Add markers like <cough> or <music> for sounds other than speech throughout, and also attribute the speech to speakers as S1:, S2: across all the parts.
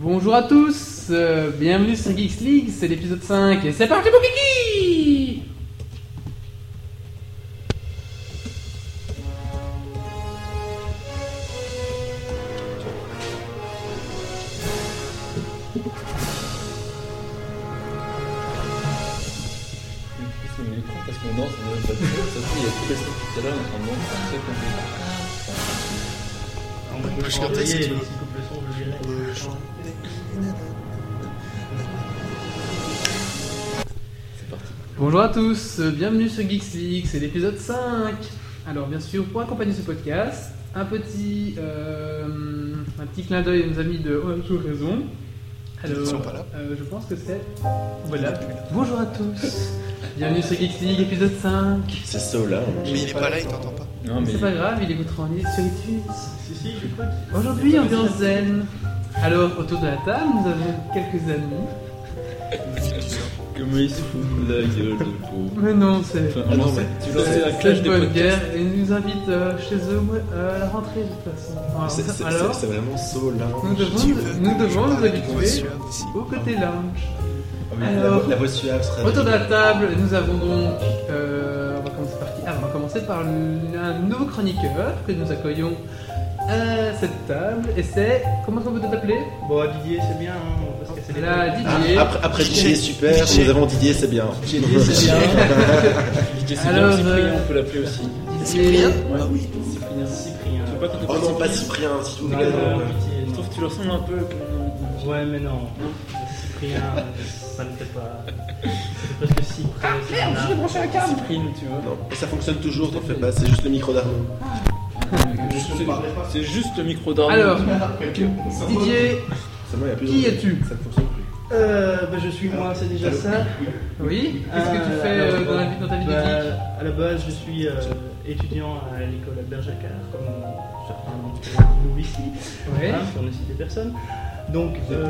S1: Bonjour à tous, euh, bienvenue sur Geeks League, c'est l'épisode 5 et c'est parti pour Geeky
S2: Qu'est-ce qu'on est con parce qu'on danse, on n'a pas de Ça se trouve, il y a tout resté tout à l'heure, on est en train de danser, c'est très compliqué.
S3: On peut
S4: peut chanter,
S3: chanter,
S4: si
S3: et
S4: tu veux.
S3: s'il coupe le son, je le dirai.
S2: C'est parti.
S1: Bonjour à tous, euh, bienvenue sur Geeks League, c'est l'épisode 5 Alors bien sûr, pour accompagner ce podcast, un petit, euh, un petit clin d'œil à nos amis de On a toujours raison.
S4: Ils sont pas là.
S1: euh, je pense que c'est... Voilà. Bonjour à tous, bienvenue sur Geeks League, épisode 5
S2: C'est ça là.
S4: Mais il est pas là, il t'entend
S5: Ah,
S4: pas.
S2: Non, mais.
S1: C'est pas grave, il écoutera en ligne sur iTunes.
S3: Si, si, je crois que-
S1: Aujourd'hui, ambiance zen. Alors, autour de la table, nous avons quelques amis.
S2: Comment ils se foutent de la gueule de pauvre.
S1: Mais non, c'est.
S2: Enfin,
S4: Ah non,
S2: non,
S4: mais-
S2: tu
S1: c'est-
S2: lances la
S1: c'est
S2: clash des
S1: bonne
S2: podcasts.
S1: guerre et ils nous invitent euh, chez eux ouais, euh, à la rentrée de toute façon. Alors,
S6: C'est- C'est
S1: alors,
S6: c'est- c'est vraiment so
S1: nous
S6: lounge.
S1: devons
S4: Tu
S1: nous,
S4: veux
S1: nous
S4: que je
S1: devons nous
S4: parle avec moi
S1: habituer
S4: sur- si.
S1: au côté lounge.
S6: Ah oui, la,
S1: Alors-
S6: voix- la voix suave serait.
S1: Autour de la table, nous avons donc. euh, on va commencer par qui Ah, on va commencer par l- un nouveau chroniqueur que nous accueillons à cette table. Et c'est. Comment on peut t'appeler
S3: Bon, Didier, Ah, c'est bien, hein, on va pas se casser les
S1: Là,
S3: couilles.
S6: Ah,
S1: Didier.
S6: après après Didier est super,
S4: Didier.
S6: nous avons Didier, c'est bien.
S2: Didier, c'est bien. <laughs> Didier, c'est bien.
S1: Alors,
S2: Cyprien,
S1: euh,
S2: on peut l'appeler aussi.
S4: Cyprien
S2: Ouais.
S4: Ah oui.
S2: Cyprien.
S3: Cyprien.
S2: Tu veux pas qu'on
S6: Oh
S2: t'appelle
S6: non, pas
S2: Cyprien
S6: Cyprien, si vous
S3: Non, non,
S6: voulez. non.
S3: pitié,
S2: Je
S3: non.
S2: trouve que tu le ressembles un peu comme.
S3: Ouais, mais non. Cyprien, euh, ça ne fait pas. C'est presque Cyprien.
S1: Ah,
S3: Cyprien.
S1: un
S2: Cyprien, tu vois.
S6: Non, ça fonctionne toujours, t'en fais pas, c'est juste le micro d'Arnaud.
S2: C'est- C'est juste le micro d'armes.
S1: Alors,
S6: Ça
S1: Didier,
S6: moi, il y a plus
S1: Qui
S6: de-
S1: es-tu
S6: Ça ne fonctionne plus.
S3: Euh, bah, je suis moi, c'est déjà
S6: Allô
S3: ça.
S1: oui, qu'est-ce que tu
S3: Euh,
S1: fais
S3: alors,
S1: euh, dans, la vie, dans ta vie
S3: bah,
S1: de geek
S3: À la base, je suis euh, étudiant à l'école Albert Jacquard, comme certains nous ici.
S1: Ouais.
S3: Hein, on ne cite personne. Donc, euh,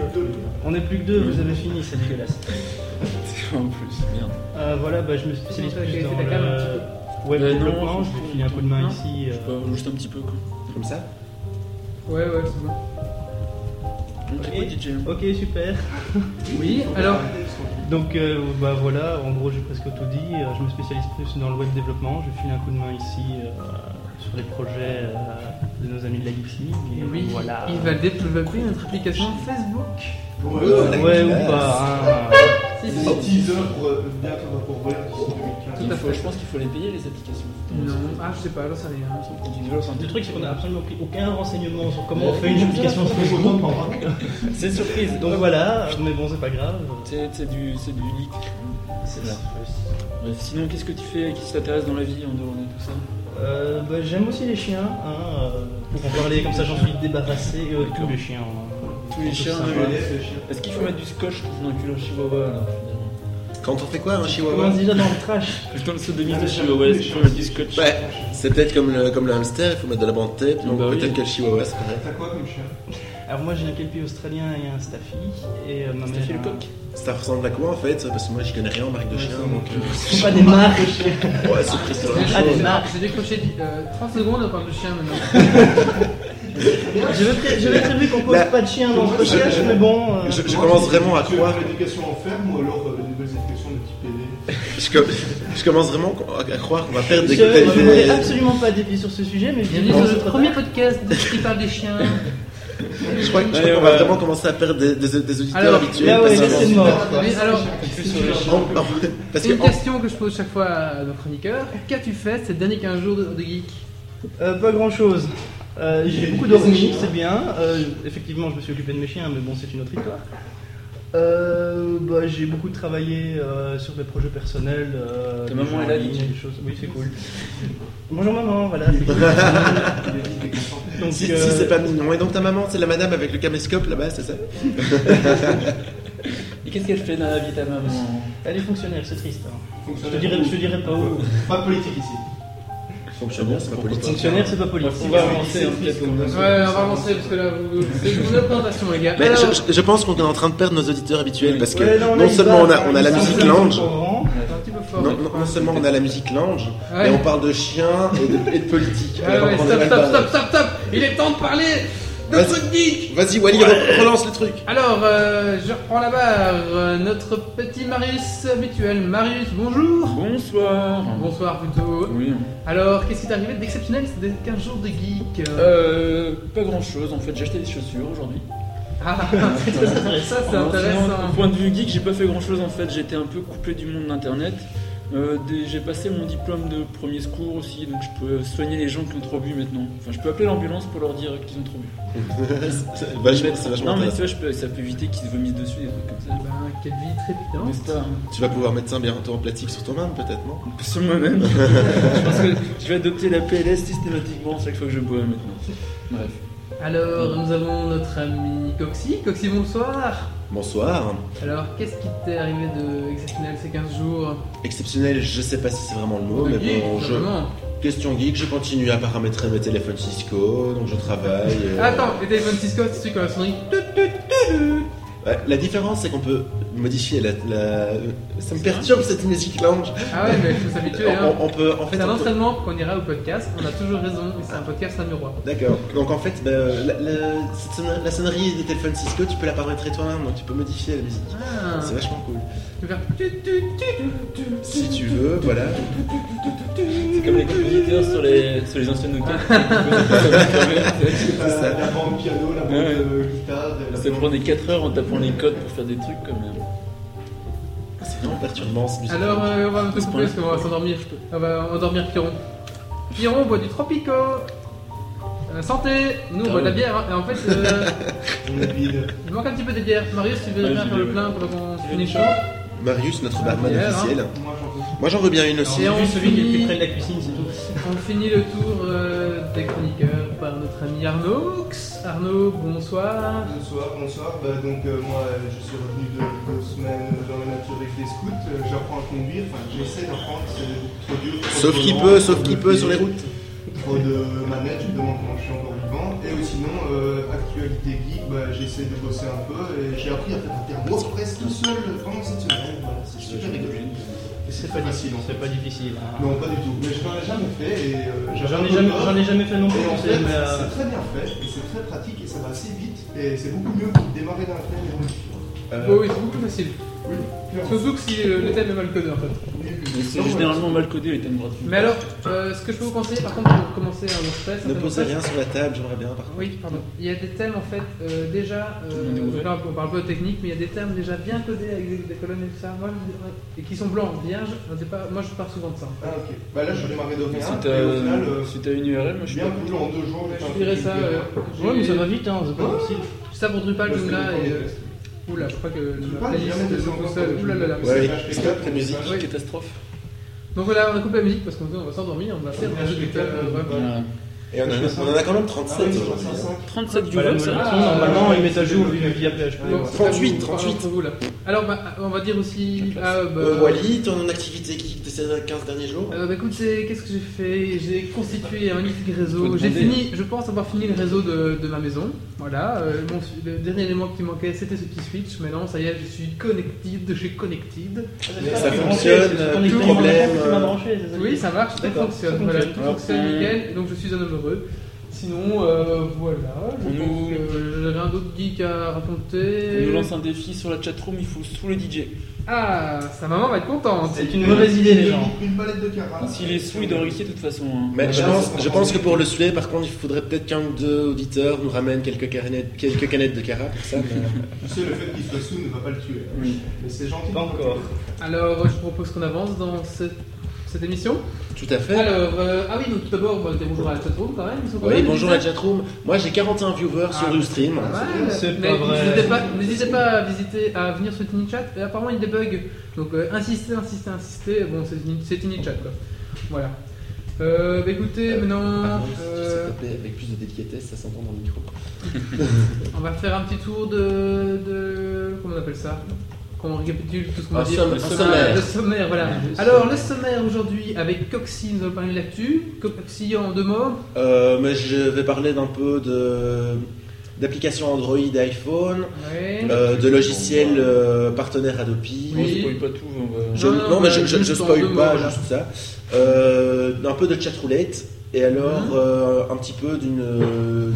S3: on n'est plus que deux, vous avez fini, c'est dégueulasse.
S2: En plus, merde.
S3: Euh, voilà, bah, je me spécialise
S1: T'as
S3: plus
S1: quel-
S3: dans
S1: t'as quel un petit
S3: le web
S2: hein, Euh, non,
S3: développement,
S2: je-
S3: je vais filer un coup de main
S2: non.
S3: ici.
S2: Je
S3: euh,
S2: sais pas, juste un petit peu quoi.
S6: Comme ça
S1: Ouais, ouais, c'est bon.
S2: On t'écoute, DJ.
S3: Ok, super.
S1: Oui, alors,
S3: Donc, euh, bah voilà, en gros, j'ai presque tout dit. Euh, Je me spécialise plus dans le web développement, je file un coup de main ici euh, sur les projets euh, de nos amis de la Geeksy. Et
S1: oui,
S3: voilà.
S1: il va développer notre application Facebook.
S3: Ouais, ou pas. hein.
S1: Si, si.
S6: euh, Ah, Oh.
S5: euh,
S1: Tout à
S2: Il faut-
S1: fait.
S2: Je pense qu'il faut les payer les applications.
S1: Non, ah, je sais pas, j'en sais rien.
S3: Ah, Le truc, c'est qu'on a absolument pris aucun renseignement sur comment on
S2: Euh,
S3: fait une application Facebook.
S2: <laughs> C'est surprise.
S3: Donc voilà, mais bon, c'est pas grave.
S2: C'est c'est du, c'est du leak.
S3: C'est
S2: ça. Bref, sinon, qu'est-ce que tu fais Qui s'intéresse dans la vie en dehors de tout ça
S3: Euh, bah, J'aime aussi les chiens, hein, euh, pour en parler comme ça j'en suis débarrassé, euh, tous les chiens. hein.
S2: Tous les
S3: Tous
S2: chiens.
S3: sympas.
S2: euh, Est-ce qu'il faut mettre du scotch dans un culot chihuahua alors finalement
S6: Quand on fait quoi, un
S3: Comment on
S6: chihuahua
S3: se dit là dans le trash
S2: Plutôt le sodomise de chihuahua, est-ce qu'il faut mettre du scotch
S6: Ouais, c'est peut-être comme le, comme le hamster, il faut mettre de la bande tête, donc
S2: Bah oui.
S6: peut-être que le chihuahua, c'est vrai.
S3: Alors moi j'ai un kelpie australien et un staffy, et euh, ma mère...
S2: Staffy le
S3: a-
S2: coq.
S6: Ça ressemble à quoi en fait Parce que moi, j'y connais rien en marque de chien, donc. euh,
S3: Ce sont
S2: <laughs>
S3: pas des marques de chiens.
S6: Ouais, c'est presque la même
S1: J'ai-
S3: Ah, des
S1: j'ai-
S6: chose.
S3: marques.
S1: J'ai décroché euh, 30 secondes, on parle de chien maintenant.
S3: <laughs> J'avais pré- j'avais prévu qu'on pose
S6: Là-
S3: pas de chiens dans le podcast, mais bon... euh,
S6: Je, je commence vraiment à croire.
S5: l'éducation en ferme ou alors euh, des nouvelles éducations de type PD
S6: Je, com- je commence vraiment co- à croire qu'on va perdre des
S3: je je voudrais
S6: qualités.
S3: absolument pas dévier sur ce sujet, mais
S1: Bienvenue
S3: visiblement,
S1: sur
S3: c'est
S1: le
S3: trop
S1: premier
S3: tard.
S1: podcast qui parle des chiens.
S6: Je crois, je crois
S2: Ouais,
S6: qu'on
S2: ouais.
S6: va vraiment commencer à perdre des, des- des auditeurs
S1: Alors,
S6: habitués.
S3: Là Ah ouais,
S6: parce
S3: là
S6: que-
S3: c'est mort. quoi.
S1: Oui, alors,
S6: en- en- parce
S1: c'est une
S6: que en-
S1: question que je pose chaque fois à nos chroniqueurs. Qu'as-tu fait ces derniers 15 jours de de geek
S3: Euh, pas grand chose. j'ai beaucoup dormi, c'est bien. Euh, effectivement, je me suis occupé de mes chiens, mais bon, c'est une autre histoire. Euh, bah, j'ai beaucoup travaillé euh, sur mes projets personnels. euh,
S2: Ta
S3: des
S2: maman
S3: jeux
S2: est là,
S3: en ligne,
S2: dis-tu
S3: des choses. Oui, c'est cool. Bonjour maman, voilà. c'est cool. Donc,
S6: si, si,
S3: euh,
S6: c'est pas mignon. Et donc ta maman, c'est la madame avec le caméscope là-bas, c'est ça
S2: Et qu'est-ce qu'elle fait dans la vie ta maman
S3: elle est fonctionnelle, c'est triste. hein. Je te
S5: Fonctionnaire
S3: dirais,
S5: ou-
S3: je te dirais pas où.
S5: Pas politique ici.
S6: Fonctionnaire, c'est pas politique.
S3: Fonctionnaire, c'est pas politique.
S2: On va avancer hein, peut-être comme
S1: Ouais, on va avancer parce que là, vous, c'est une présentation, les gars.
S6: Mais
S1: Alors,
S6: je, je pense qu'on est en train de perdre nos auditeurs habituels
S2: Oui.
S6: parce que
S3: Ouais, non,
S6: non,
S3: là, il
S6: seulement on
S3: va
S6: a, on a la
S3: faire une
S6: musique
S3: sensation
S6: lounge,
S3: pour Laurent.
S1: c'est un petit peu fort.
S6: non, non- non seulement on a la musique lounge,
S1: Ouais.
S6: mais on parle de chiens et de, et de politique.
S1: <laughs> Ouais,
S6: Alors,
S1: ouais,
S6: on est
S1: stop,
S6: mal
S1: stop,
S6: barré.
S1: stop, stop, stop Il est temps de parler de
S6: Vas-y.
S1: truc geek
S6: Vas-y, Wally, re- relance le truc.
S1: Alors, euh, je reprends la barre. Euh, notre petit Marius habituel. Marius, bonjour
S2: Bonsoir.
S1: Bonsoir plutôt.
S2: Ah, bah, Oui.
S1: Alors, qu'est-ce qui t'est arrivé d'exceptionnel ces 15 jours de geek
S2: Euh, pas grand chose en fait, j'ai acheté des chaussures <laughs> aujourd'hui.
S1: Ah, <laughs> ça c'est
S2: Alors, sinon,
S1: intéressant.
S2: Du point de vue geek, j'ai pas fait grand chose en fait, j'étais un peu coupé du monde d'internet. Euh, des- j'ai passé mon diplôme de premier secours aussi, donc je peux soigner les gens qui ont trop bu maintenant. Enfin, je peux appeler l'ambulance pour leur dire qu'ils ont trop bu.
S6: C'est vachement- c'est vachement
S2: non, mais tu
S6: intéressant.
S2: vois, Ah, je peux- ça peut éviter qu'ils se vomissent dessus, des trucs comme ça. hein.
S1: Ben, quelle vie
S2: N'est-ce
S1: trépidante.
S2: pas
S6: Tu vas pouvoir mettre ça bientôt en plastique sur ton âme, peut-être, non
S2: Sur moi-même. <laughs> je pense que je vais adopter la PLS systématiquement chaque fois que je bois maintenant. Bref.
S6: Mm.
S1: Alors, nous avons notre ami Coxy. Coxy, bonsoir.
S6: Bonsoir.
S1: Alors, qu'est-ce qui t'est arrivé d'exceptionnel ces 15 jours
S6: Exceptionnel, je sais pas si c'est vraiment le mot,
S1: de
S6: Oh, mais
S1: geek,
S6: bon, je.
S1: simplement.
S6: Question geek, je continue à paramétrer mes téléphones Cisco, donc je travaille. euh,
S1: Ah, Attends, les téléphones Cisco, c'est celui qui a la sonnerie.
S6: ouais, la différence, c'est qu'on peut modifier la. la- Ça me perturbe cette musique lounge.
S1: Ah ouais, mais il faut s'habituer.
S6: <laughs> on,
S1: Hein.
S6: on- on peut. En fait,
S1: C'est un
S6: on peut-
S1: entraînement qu'on ira au podcast. On a toujours raison, et c'est un podcast, à miroir.
S6: D'accord. Donc en fait, bah, la, la- cette sonne- la sonnerie des téléphones Cisco, tu peux la paramétrer toi-même, donc tu peux modifier la musique.
S1: Ah,
S6: C'est vachement cool.
S1: tu peux faire tu, tu, tu, tu.
S6: Si tu veux, voilà.
S2: C'est comme les compositeurs sur les, sur les anciennes <laughs> Nokia. Ça
S5: Euh, La bande piano, la bande
S2: Ouais.
S5: euh, guitare, la
S2: te prend des 4 heures en tapant les codes pour faire des trucs quand même.
S6: C'est vraiment perturbant ce musique.
S1: Alors, euh, on va te
S2: C'est
S1: couper
S2: pas-
S1: parce qu'on va s'endormir. On va endormir Piron. Piron boit du Tropico. Euh, santé Nous, on
S2: Ah
S1: boit de la
S2: ouais.
S1: bière. hein. Et en fait,
S6: <laughs>
S1: euh,
S5: On est vide.
S1: il manque un petit peu de bière. Marius, tu veux
S2: Ouais,
S1: bien
S2: j'ai
S1: faire
S2: des-
S1: le plein pendant qu'on
S2: J'ai
S1: finit
S2: des
S1: chaud
S6: Marius, notre barman
S1: Hier, hein.
S6: officiel.
S5: Moi j'en veux.
S6: Moi j'en veux bien une aussi.
S1: Et
S3: J'ai
S1: on
S3: vu celui qui est le
S1: finit-
S3: plus près de la cuisine, c'est tout.
S1: On finit le tour euh, des chroniqueurs par notre ami Arnaud. Hooks. Arnaud, bonsoir.
S5: Bonsoir, bonsoir. Bah, donc euh, moi euh, je suis revenu de deux semaines dans la nature avec les scouts. Euh, J'apprends à conduire, enfin j'essaie d'apprendre, c'est trop dur. trop
S6: Sauf
S5: de
S6: qu'il
S5: volant,
S6: peut,
S5: trop
S6: sauf
S5: de
S6: qu'il peut sur les
S5: pieds,
S6: routes.
S5: Trop de manettes, je me demande comment je suis encore vivant. Et euh, sinon, euh, actualité geek, bah, j'essaie de bosser un peu et j'ai appris à faire un terme WordPress tout seul pendant cette semaine. Voilà, c'est super rigolo. Et
S3: C'est pas difficile, c'est pas difficile.
S5: Non, pas du tout. Mais je n'en ai jamais fait et euh, j'avais
S3: J'en
S5: un
S3: ai
S5: peu
S3: jamais,
S5: peur.
S3: j'en ai jamais fait non plus.
S5: Et en
S3: c'est-
S5: fait,
S3: mais, euh,
S5: c'est très bien fait, et c'est très pratique, et ça va assez vite, et c'est beaucoup mieux que de démarrer d'un thème et de
S1: Oh oui, c'est beaucoup plus facile.
S5: Clairement.
S1: Surtout que si euh, le thème est mal codé en fait.
S2: Mais c'est généralement mal codé les thèmes gratuits.
S1: Mais alors, euh, ce que je peux vous conseiller par contre pour commencer un WordPress,
S6: Ne
S1: un
S6: posez
S1: WordPress,
S6: rien sur la table, j'aimerais bien. par contre.
S1: Oui, pardon. Il y a des thèmes en fait euh, déjà. euh,
S2: Des nouvelles.
S1: là, on parle pas de technique, mais il y a des thèmes déjà bien codés avec des, des colonnes et tout ça. Moi, je- et qui sont blancs, vierges. je sais pas- moi, je pars souvent de ça.
S5: Ah, ok. Bah là, je démarrais de rien,
S2: Mais
S5: et
S2: si
S5: au
S2: t'as
S5: final, euh,
S2: si t'as une URL, moi je suis
S5: bien
S2: pas
S5: cool, en deux jours,
S1: Je
S5: j'ai fait un
S1: dirais
S5: truc
S1: ça.
S5: nickel.
S1: euh, j'ai-
S3: Ouais, mais ça va vite, hein, c'est pas
S5: Ouais.
S3: difficile.
S1: j'ai ça pour Drupal,
S5: Parce que
S1: Joomla
S5: les
S1: et. euh,
S5: premiers tests.
S1: Oula, je crois que la
S5: Drupal, j'ai
S1: playlist
S5: jamais testé
S1: est
S5: encore
S1: tout seul.
S5: pour
S1: Oula là là.
S5: Drupal.
S6: Ouais, oui.
S5: PHP4,
S6: C'est la musique.
S5: Drupal.
S2: une catastrophe.
S1: Donc voilà, on a coupé la musique parce qu'on on va s'endormir, on va faire un jeu de thèmes. euh, ouais.
S2: Voilà.
S6: Et on, en a- on en a quand même
S1: Ah
S6: 37 aujourd'hui. hein.
S2: 37
S3: Bah, la
S2: viewers, ça
S3: modération,
S2: va.
S5: Ah,
S3: normalement,
S5: ouais.
S3: ils mettent à jour via via PHP.
S5: Ouais.
S1: Bon, c'est
S6: 38,
S1: pas vous, on parle
S6: 38.
S1: entre vous, là. Alors, bah, on va dire aussi. Ah, bah,
S6: Euh, Wally, ton activité geek de ces 15 derniers jours
S1: Euh, bah écoute, c'est- qu'est-ce que j'ai fait J'ai constitué un magnifique réseau.
S2: Faut
S1: J'ai
S2: demander.
S1: fini, je pense avoir fini le réseau de, de ma maison. Voilà, euh, mon- le dernier élément qui manquait c'était ce petit switch. Maintenant, ça y est, je suis connected de chez Connected.
S6: ça
S3: C'est branché,
S6: fonctionne,
S3: c'est
S6: euh,
S3: ton
S6: tout
S3: écran
S6: problème,
S3: qui m'a
S6: euh,
S3: branché, c'est ça
S1: Oui, ça marche, tout
S3: D'accord,
S1: fonctionne.
S3: ça
S1: Voilà,
S3: fonctionne.
S1: tout
S2: Alors,
S1: fonctionne
S2: euh,
S1: nickel. Et donc, je suis un homme heureux. Sinon, euh, voilà, je
S2: On
S1: pense
S2: nous-
S1: que j'avais rien d'autre geek à
S2: On
S1: raconter.
S2: nous lance un défi sur la chatroom, il faut sous le DJ.
S1: Ah, sa maman va être contente.
S3: C'est une mauvaise idée, les gens.
S5: Une palette de carats.
S2: S'il est sous, il doit réussir de toute façon. hein.
S1: Euh, bah,
S6: Mais je
S5: Ah,
S6: pense,
S5: c'est
S6: je
S5: parti.
S6: pense que pour le suer, par contre, il faudrait peut-être qu'un ou deux auditeurs nous ramènent quelques canettes, quelques canettes de cara pour ça. mais-
S5: Tu sais, le fait qu'il soit sous ne va pas le tuer. hein.
S2: Oui.
S5: Mais c'est gentil.
S3: Pas encore.
S1: Alors, je propose qu'on avance dans ce- cette émission.
S6: Tout à fait.
S1: Alors, euh, ah oui, donc tout d'abord, on va dire bonjour à la chatroom quand même. Ils sont quand
S6: Oui,
S1: même
S6: bonjour la
S1: visiteurs.
S6: chatroom. Moi j'ai 41 viewers
S1: Ah,
S6: sur Ustream.
S1: Pas mal.
S3: C'est pas
S1: Mais
S3: vrai.
S1: n'hésitez pas- N'hésitez pas à visiter, à venir sur Tiny Chat. Et apparemment, il y a des bugs. Donc, euh, insistez, insistez, insistez. Bon, c'est Tiny- c'est Tiny Chat, quoi. Voilà. Euh, bah écoutez,
S6: Euh, Par
S1: maintenant,
S6: contre, si
S1: euh,
S6: s'il te plaît, avec plus de délicatesse, ça s'entend dans le micro.
S1: on va faire un petit tour de. de- comment on appelle ça Quand on récapitule tout ce qu'on
S6: Un
S1: a dit.
S6: somm-
S2: un
S1: Ah,
S6: sommaire.
S1: Le sommaire, voilà. Alors, le sommaire aujourd'hui, avec Coxy, nous allons parler de l'actu. Coxy en deux mots.
S6: Euh, mais je vais parler d'un peu de d'applications Android, iPhone,
S1: Ouais.
S6: euh, de logiciels euh, partenaires Adopi.
S2: On
S1: Oui.
S2: se spoil pas tout. on va-
S6: Je-
S1: Non,
S6: non,
S1: non,
S6: mais
S1: bah,
S6: je, je, je
S1: juste en
S6: spoil
S1: deux
S6: pas
S1: mots, là.
S6: juste ça. Euh, un peu de chat roulette et alors euh, un petit peu d'une, euh,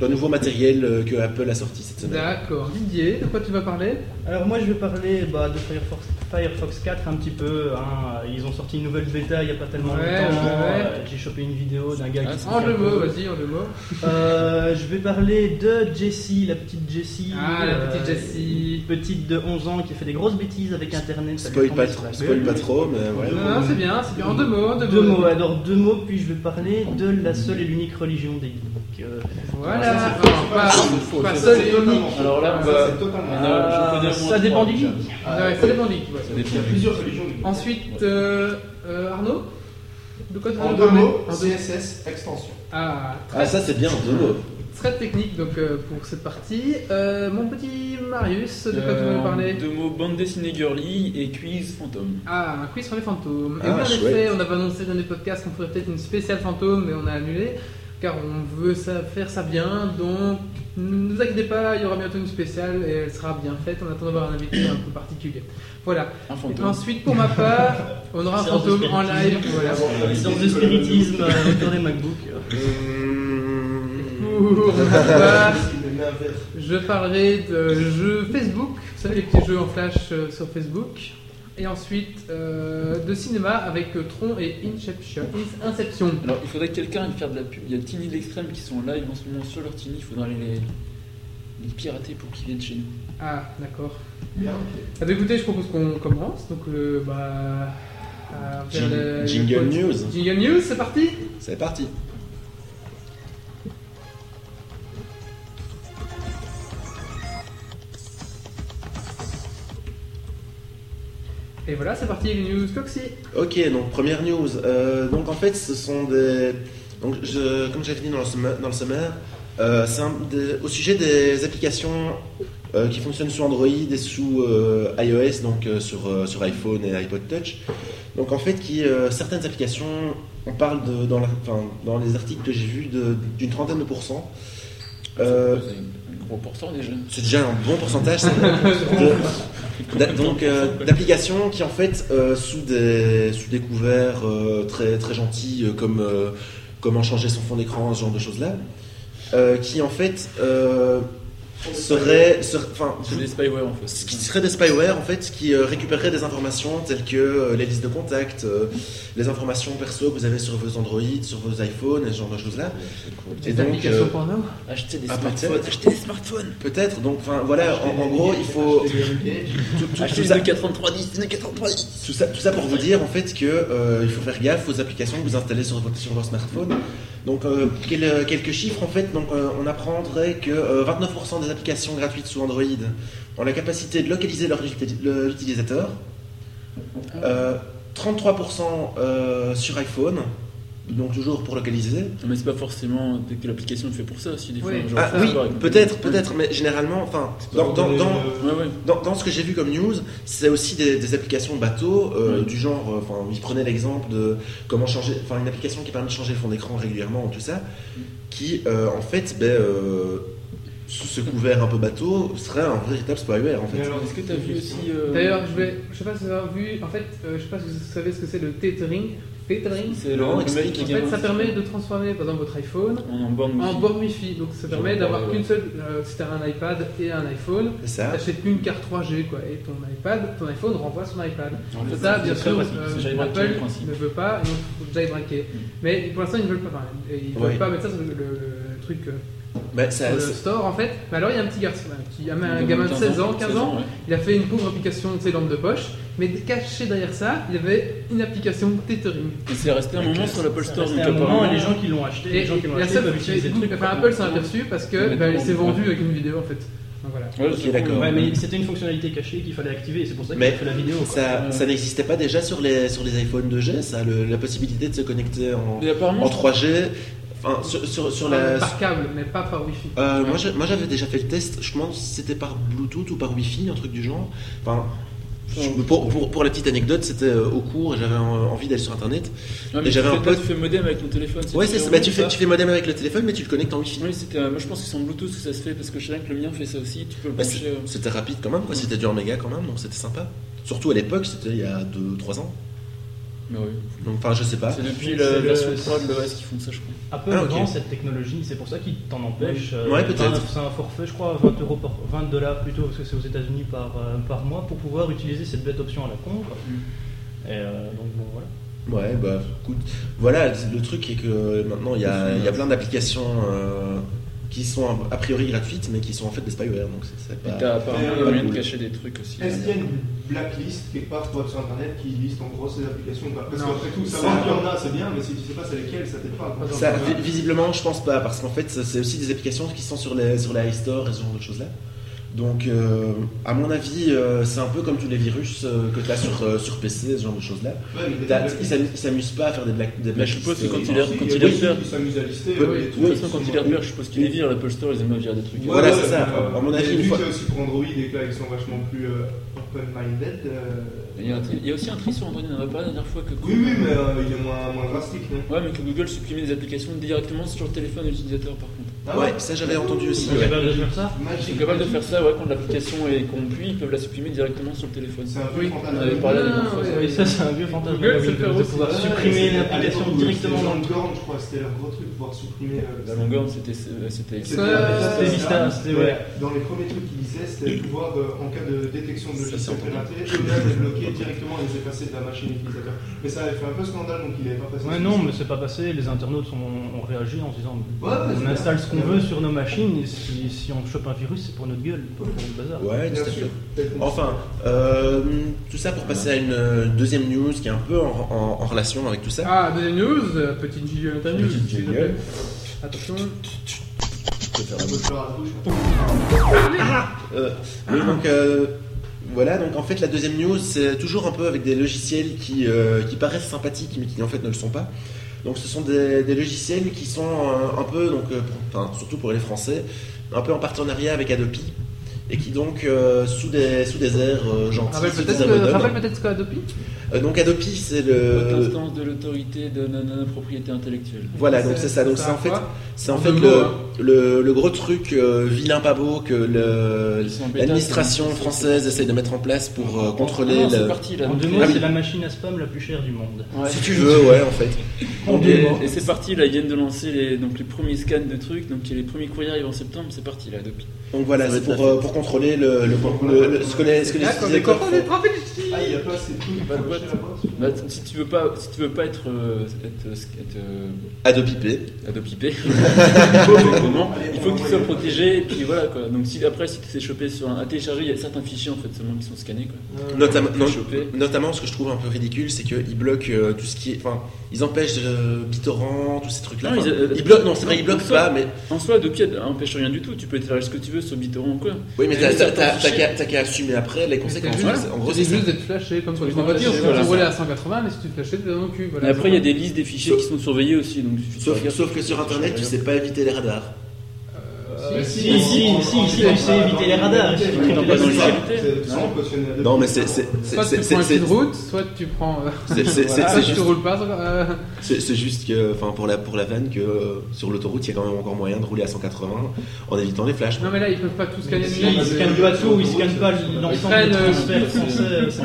S6: d'un nouveau matériel euh, que Apple a sorti cette semaine.
S1: D'accord. Didier, de quoi tu vas parler
S3: Alors moi je vais parler bah, de Firefox, Firefox 4 un petit peu. hein. Ils ont sorti une nouvelle bêta il n'y a pas tellement
S1: Ouais,
S3: longtemps.
S1: ouais, ouais.
S3: Euh, J'ai chopé une vidéo d'un gars
S2: Ah,
S3: qui
S2: c'est
S1: En
S3: s'est
S1: deux
S3: fait
S1: mots,
S3: un peu-
S1: vas-y, en deux mots.
S3: Euh, je vais parler de Jessie, la petite Jessie. euh,
S1: Ah, la petite Jessie.
S3: une Petite de 11 ans qui fait des grosses bêtises avec Internet. ça lui
S6: Spoil
S3: tombe
S6: pas,
S3: sur la
S6: trop-
S3: gueule.
S6: spoil pas trop, mais ouais.
S3: Deux
S1: Non,
S3: mots.
S1: c'est bien, c'est bien. En deux mots, en deux,
S3: Deux
S1: mots.
S3: mots, alors deux mots, puis je vais parler de la seule et l'unique religion des geeks. Euh,
S1: Voilà.
S5: c'est
S1: Alors,
S5: faux,
S1: pas-
S5: c'est
S2: faux,
S1: pas
S2: c'est
S1: seul
S5: c'est
S1: et
S5: totalement
S1: unique.
S5: faux.
S2: Alors là, on
S5: Ça,
S2: va-
S5: c'est totalement
S2: on
S5: faux.
S2: a- je peux
S3: ah,
S2: dire moins
S3: ça dépend
S2: trois,
S3: du
S2: déjà.
S3: geek.
S5: Ah,
S1: Ouais, ça dépend du geek, ouais.
S2: Ça
S5: Il y
S2: dépend
S5: a
S2: du-
S5: plusieurs religions.
S1: Ensuite, euh, euh, Arnaud De quoi tu vas
S5: En
S1: nous
S5: deux
S1: parler
S5: mots,
S1: En deux-
S5: CSS extension.
S1: Ah,
S6: Ah
S1: très,
S6: ça c'est bien, deux mots.
S1: très technique donc euh, pour cette partie. Euh, mon petit Marius, de quoi tu vas
S2: Euh,
S1: nous parler
S2: Deux mots bande dessinée girly et quiz fantôme.
S1: Ah, un quiz sur les fantômes. et
S6: Ah,
S1: oui, en
S6: chouette.
S1: effet, on avait annoncé dans les podcasts qu'on ferait peut-être une spéciale fantôme, mais on a annulé, car on veut ça, faire ça bien, donc ne vous inquiétez pas, il y aura bientôt une spéciale, et elle sera bien faite, en attendant d'avoir un invité un peu particulier. Voilà.
S2: Un
S1: Et
S2: fantôme.
S1: ensuite, pour ma part, on aura un
S3: Séance de
S1: fantôme en live.
S3: spiritisme.
S1: Voilà.
S5: Ah
S3: Une sorte
S5: <laughs>
S3: de spiritisme euh, autour des MacBooks.
S1: Pour ma part,
S5: Il met un verre.
S1: Je parlerai de jeux Facebook, vous savez les petits jeux en flash euh, sur Facebook, et ensuite euh, de cinéma avec euh, Tron et Inception. Inception.
S2: Alors il faudrait que quelqu'un aille faire de la pub. Il y a Tiny l'extrême qui sont en live en ce moment sur leur Tiny. Il faudra aller les, les pirater pour qu'ils viennent chez nous.
S1: Ah, d'accord.
S5: Bien, ok.
S1: Ah, bah, écoutez, je propose qu'on commence. Donc, euh, bah. à faire
S6: Jing-
S1: le-
S6: Jingle
S1: le-
S6: News.
S1: Jingle News, c'est parti
S6: C'est parti.
S1: Et voilà, c'est parti, les news Coxy.
S6: Ok, donc première news. Euh, donc en fait, ce sont des. Donc, je, comme j'avais dit dans le sommaire, dans le sommaire, euh, c'est un des- au sujet des applications euh, qui fonctionnent sous Android et sous euh, iOS, donc euh, sur, euh, sur iPhone et iPod Touch. Donc en fait, qui, euh, certaines applications, on parle de, dans, la- enfin, dans les articles que j'ai vus de- d'une trentaine de pourcents. Euh,
S2: C'est un gros pourcent déjà.
S6: c'est déjà un bon
S2: <laughs>
S6: pourcentage ça. De- d'a- donc euh, d'applications qui en fait euh, sous des sous des couverts euh, très très gentils euh, comme euh, comment changer son fond d'écran ce genre de choses là euh, qui en fait euh, seraient ser- enfin
S2: C'est des spyware en fait.
S6: ce qui serait des spyware en fait qui euh, récupérerait des informations telles que euh, les listes de contacts euh, les informations perso que vous avez sur vos Android sur vos iPhones et ce genre de choses là
S1: Les
S6: donc,
S1: applications
S6: euh,
S1: porno.
S2: Acheter des
S6: Ah,
S2: smartphones.
S6: peut-être.
S2: Acheter des smartphones.
S6: peut-être donc enfin voilà en, en gros il faut tout- tout-
S2: Acheter
S6: tout
S2: des
S6: ça-
S2: 2,93, des 2,93.
S6: Tout ça, tout ça pour vous dire en fait que euh, il faut faire gaffe aux applications que vous installez sur votre, sur votre smartphone. Donc euh, quel- quelques chiffres en fait. Donc euh, on apprendrait que euh, 29% des applications gratuites sous Android ont la capacité de localiser leur uti- le- l'utilisateur.
S2: Ah.
S6: Euh, 33% euh, sur iPhone, donc toujours pour localiser.
S2: Non mais c'est pas forcément peut-être que l'application est faite pour ça aussi des fois.
S1: Oui.
S2: genre,
S6: Ah
S2: faut
S6: oui,
S2: savoir avec-
S6: peut-être, peut-être, mais généralement, enfin, dans, dans, dans,
S2: Ouais ouais.
S6: Dans, dans ce que j'ai vu comme news, c'est aussi des, des applications bateau euh,
S2: Oui.
S6: du genre. euh, Enfin, ils prenaient l'exemple de comment changer, enfin une application qui permet de changer le fond d'écran régulièrement, tout ça, qui euh, en fait, ben, euh, sous ce couvert un peu bateau, serait un véritable spyware en fait.
S5: alors,
S2: Est-ce que t'as vu aussi euh,
S1: D'ailleurs, je vais. Je sais pas si vous avez vu. En fait, euh, je sais pas si vous savez ce que c'est le tethering. Tethering
S2: C'est le
S6: Non,
S2: le mec
S6: explique.
S2: qui
S1: En fait, ça permet de transformer, par exemple, votre iPhone
S2: en borne
S1: en
S2: wifi.
S1: borne Wi-Fi. Donc, ça
S2: J'en
S1: permet
S2: ai
S1: d'avoir
S2: parlé,
S1: qu'une
S2: ouais.
S1: seule. euh, si t'as un iPad et un iPhone,
S6: C'est ça.
S1: T'achètes une carte 3G quoi, et ton iPad, ton iPhone renvoie son iPad.
S2: En fait,
S1: ça,
S2: c'est
S1: bien
S2: très
S1: sûr,
S2: pratique,
S1: euh,
S2: c'est jailbreaking,
S1: Apple
S2: le principe.
S1: ne veut pas, et donc faut jailbreaker. Mais pour l'instant, ils ne veulent pas, enfin, et ils
S6: Ouais.
S1: veulent pas mettre ça sur le, le- le truc, euh,
S6: Ben, ça-
S1: sur le
S6: c'est-
S1: store en fait. Mais alors, il y a un petit garçon, là, qui, un, un gamin de 16 ans, 15 ans,
S2: ouais.
S1: il a fait une pauvre application de ses lampes de poche, mais caché derrière ça, il y avait une application Tethering.
S2: Et c'est resté un moment sur l'Apple Store.
S3: C'était
S2: Donc
S3: un moment, et les
S2: apparemment,
S3: gens qui l'ont acheté,
S1: Et,
S3: les gens qui l'ont
S1: la
S3: acheté
S1: seule,
S3: peuvent utiliser le truc.
S1: enfin, Apple s'en est aperçu parce que
S2: Ouais,
S1: bah, il s'est
S2: complètement.
S1: vendu avec une vidéo en fait. Donc voilà.
S2: Ouais,
S6: Ok,
S2: c'est
S6: d'accord.
S2: cool.
S3: Ouais, mais c'était une fonctionnalité cachée qu'il fallait activer, et c'est pour ça qu'il
S6: Mais
S3: a fait la vidéo. quoi.
S6: ça, ça n'existait pas déjà sur les sur les iPhone 2G, ça, le- la possibilité de se connecter en,
S2: Et apparemment,
S6: en 3G, enfin sur, sur,
S1: Ah,
S6: sur la.
S1: Par câble, mais pas par Wi-Fi.
S6: Euh, moi, j'ai- moi, j'avais déjà fait le test, je pense que c'était par Bluetooth ou par Wi-Fi, un truc du genre. Enfin, je- pour, pour, pour la petite anecdote, c'était euh, au cours et j'avais euh, envie d'aller sur internet.
S2: Non,
S6: Et
S2: mais
S6: j'avais
S2: tu
S6: un
S2: fais- là,
S6: pote-
S2: Tu fais modem avec ton téléphone. toujours
S6: Ouais, c'est bah, tu,
S2: bon,
S6: fais,
S2: ça.
S6: tu fais modem avec le téléphone, mais tu le connectes en Wi-Fi.
S2: Oui, c'était. euh, Moi, je pense que c'est en Bluetooth que ça se fait parce que je sais bien que le mien fait ça aussi. Tu peux le
S6: Bah,
S2: brancher.
S6: c'est-
S2: euh,
S6: c'était rapide quand même, quoi. c'était du 1 méga quand même, donc c'était sympa. Surtout à l'époque, c'était il y a 2-3 ans.
S2: Mais bah oui.
S6: Donc, enfin, je sais pas.
S2: C'est depuis
S3: C'est
S2: la
S3: le-
S2: version 3 de l'OS qu'ils font ça, je crois.
S3: Apple
S6: Ah, ok.
S3: vend cette technologie, c'est pour ça qu'ils t'en empêchent. euh,
S6: Ouais, peut-être.
S3: c'est un- C'est un forfait, je crois, 20 euros par 20 dollars plutôt, parce que c'est aux États-Unis par, euh, par mois, pour pouvoir utiliser cette bête option à la con. quoi. Et euh, donc bon, voilà.
S6: Ouais, bah écoute, voilà, le truc est que maintenant il y a, il y a plein d'applications euh, qui sont a priori gratuites, mais qui sont en fait des spyware, donc c'est- c'est
S2: Et
S6: pas.
S2: t'as apparemment
S5: euh,
S2: il y a moyen de
S6: cool.
S2: cacher des trucs aussi.
S5: Est-ce qu'il y a une blacklist quelque part toi, sur internet qui liste en gros ces applications ou pas Parce
S1: Non.
S5: qu'après tout,
S6: Ça-
S5: savoir qu'il y en a, c'est bien, mais si tu sais pas c'est lesquelles, ça t'aide pas. quoi.
S6: Ça, vi- visiblement, je pense pas, parce qu'en fait, ça, c'est aussi des applications qui sont sur les sur les iStore et ce genre de choses là. Donc, euh, à mon avis, euh, c'est un peu comme tous les virus euh, que t'as sur euh, sur PC, ce genre de choses là.
S5: Ouais, mais des
S6: T'as-
S5: blacklists,
S6: Ils s'am- ils s'amusent pas à faire des black. Des
S2: Mais je suppose
S6: blacklists,
S2: que quand
S6: euh,
S2: il est-
S5: si,
S2: quand
S5: y a
S2: il
S5: des
S2: est
S5: gens
S2: repère-
S5: qui s'amusent à lister.
S6: Oui,
S5: ouais, il y a tout
S6: oui,
S2: De
S5: qui
S2: toute façon,
S5: sont-
S2: quand ils les repèrent, je suppose qu'ils les virent. L'Apple Store, ils aiment bien virer des trucs.
S5: Ouais,
S6: Voilà,
S5: ouais,
S6: c'est ça.
S5: mais, euh,
S6: À mon avis,
S5: et
S6: une
S5: vu
S6: fois-
S5: qu'il y a aussi pour Android et que là, ils sont vachement plus euh, open-minded. euh,
S2: Il y, a un tri- il y a aussi un tri sur Android, on en a parlé la dernière fois que.
S5: Oui, oui, mais euh, il est moins, moins drastique, non
S2: Ouais, mais que Google supprimait des applications directement sur le téléphone de l'utilisateur par contre.
S5: Ah
S6: Ouais, ça j'avais entendu aussi.
S3: T'es
S6: ouais.
S3: capable de faire ça
S2: Ils sont
S5: Magique.
S2: capables de faire ça, ouais, quand l'application est corrompue, ils peuvent la supprimer directement sur le téléphone.
S5: C'est un peu
S1: Oui.
S5: frontal.
S2: On avait parlé la dernière fois.
S1: Ouais,
S3: Oui, ça c'est un vieux fantasme
S1: Google,
S3: de,
S1: c'est le
S3: de
S1: aussi.
S3: pouvoir
S1: Ouais,
S3: supprimer
S5: c'est- à
S3: l'application
S5: l'époque,
S3: directement
S5: c'était
S3: dans
S5: Jean de
S3: le
S5: Gorne, je crois, c'était leur gros truc, pouvoir supprimer. euh,
S2: La longueur, c'était. euh, c'était-
S1: C'est-
S5: c'était la-
S1: c'était
S3: Vista, c'était- ouais.
S5: Dans les premiers trucs qu'ils disaient, c'était pouvoir, euh, en cas de détection de
S6: Ça, c'est
S5: logiciels
S6: entendu.
S5: piratés, eux-mêmes les bloquer directement et les effacer de la machine utilisateur. Mais ça avait fait un peu scandale, donc il n'avait pas passé.
S3: Ouais, non, mais c'est pas passé. Les internautes sont- ont réagi en se disant
S5: Ouais, ouais,
S3: on
S5: c'est
S3: installe
S5: bien.
S3: ce qu'on veut sur nos machines. et si, si on chope un virus, c'est pour notre gueule, pas pour le bazar.
S6: Ouais, tout
S5: Bien
S6: à fait.
S5: sûr.
S6: Enfin, euh, tout ça pour passer à une euh, deuxième news qui est un peu en, en- en relation avec tout ça.
S1: Ah, deuxième news, euh, petite jingle, ta news. s'il
S6: Petite
S1: te
S6: jingle.
S1: plaît. Attention.
S5: La bonne fleur à la bouche.
S6: Euh, oui, donc, euh, voilà, donc en fait la deuxième news, c'est toujours un peu avec des logiciels qui, euh, qui paraissent sympathiques mais qui en fait ne le sont pas. Donc ce sont des, des logiciels qui sont euh, un peu, donc, euh, pour- enfin, surtout pour les Français, un peu en partenariat avec Adopi et qui donc euh, sous, des, sous des airs euh, gentils,
S1: Rappelle
S6: sous des
S1: peut-être
S6: airs
S1: que-
S6: modernes.
S1: rappelle peut-être ce qu'a Adopi
S6: Euh, donc Adopi c'est
S2: Haute
S6: le...
S2: instance de l'autorité de la propriété intellectuelle.
S6: Voilà, donc c'est ça. Donc c'est
S1: à
S6: en fait,
S1: quoi
S6: c'est en
S1: En
S6: fait
S1: deux
S6: le,
S1: mots, hein.
S6: le, le gros truc euh, vilain pas beau que le-
S2: Ils sont en bêta,
S6: l'administration
S2: c'est-
S6: française essaye de mettre en place pour euh,
S2: Ah
S6: contrôler.
S2: non, c'est
S6: le-
S2: parti là.
S3: En
S2: donc,
S3: deux
S2: euh,
S3: mots,
S6: Ah oui.
S3: c'est la machine à spam la plus chère du monde.
S2: ouais.
S6: Si tu veux, ouais, en fait.
S3: En
S2: Et-
S3: deux mots.
S2: Et c'est parti là, ils viennent de lancer les, donc, les premiers scans de trucs, donc les premiers courriers arrivent en septembre, c'est parti là. Depuis.
S6: Donc voilà,
S2: Ça va
S6: c'est
S2: être
S6: pour,
S2: la
S6: euh, pour contrôler le, le, le- le- ce que les, ce que les
S1: Ah, quand on est
S6: utilisateurs
S1: content
S6: font.
S1: d'être en Belgique.
S5: Ah, il n'y a pas assez de trucs
S2: Pas de
S5: pour
S2: boîte.
S5: lâcher la boîte.
S2: Bah, t- si tu veux pas, si tu veux pas être, euh, être, être, euh,
S6: Adopi P.
S2: adopipé, <laughs> Comment il faut que tu sois
S5: Allez,
S2: protégé. Et puis voilà quoi. Donc si après si tu t'es chopé sur un, à télécharger, il y a certains fichiers en fait seulement qui sont scannés quoi.
S6: Notamment, non,
S2: Chopé.
S6: notamment, ce que je trouve un peu ridicule, c'est qu'ils bloquent euh, tout ce qui est. Enfin, ils empêchent euh, BitTorrent, tous ces trucs-là.
S2: Non,
S6: Enfin,
S2: ils, euh,
S6: ils bloquent, non, c'est vrai,
S2: non,
S6: ils bloquent
S2: ça-
S6: pas, mais.
S2: En soi, Adopi empêche rien du tout. Tu peux télécharger ce que tu veux sur BitTorrent ou quoi.
S6: Oui, mais
S2: Mais
S6: t'as
S2: oui, ça
S6: t'as- t'as-
S2: t'empêche.
S6: t'as qu'à t'as qu'à assumer après les conséquences.
S1: juste-
S6: Voilà. En gros,
S1: C'est
S6: c'est ça.
S1: juste d'être flashé, comme quand
S2: Oui,
S1: tu vas en voiture,
S2: flashé,
S1: tu peux
S2: voilà.
S1: rouler à 180, mais si tu te flashais, t'es dans le cul.
S2: Et
S1: voilà.
S2: après, il y a des listes des fichiers
S6: Sauf-
S2: qui sont surveillés aussi. Donc, il suffit de
S6: Sauf,
S2: regarder.
S6: sauf que sur internet, tu sais pas éviter les radars.
S5: Euh,
S1: Si,
S5: on- on-
S3: si, si,
S5: on-
S3: si,
S5: on-
S3: tu sais
S5: on-
S3: éviter les
S5: on-
S3: radars,
S5: on-
S3: si tu
S5: on-
S2: pris
S5: on-
S2: dans pas dans
S5: on-
S2: les
S5: on-
S2: charités.
S5: c'est sans
S2: Non.
S5: cautionner la
S6: Non,
S5: Adobe.
S6: mais c'est c'est- c'est-
S1: Soit tu
S6: c'est-
S1: prends
S6: c'est-
S1: un
S6: c'est-
S1: de route, soit tu prends. euh,
S6: c'est- c'est-
S1: Soit
S6: c'est- c'est
S1: tu
S6: juste-
S1: roules pas. euh,
S6: c'est- c'est juste que, enfin, pour la, pour la vanne, que euh, sur l'autoroute, il y a quand même encore moyen de rouler à 180 en évitant les flashs.
S1: Non, mais là, ils peuvent pas tout scanner
S3: Ils
S1: de
S5: si,
S1: nuit,
S5: mais-
S3: scannent pas tout, ils scannent pas l'ensemble
S1: Ils prennent,
S3: des
S1: euh,
S3: transferts français.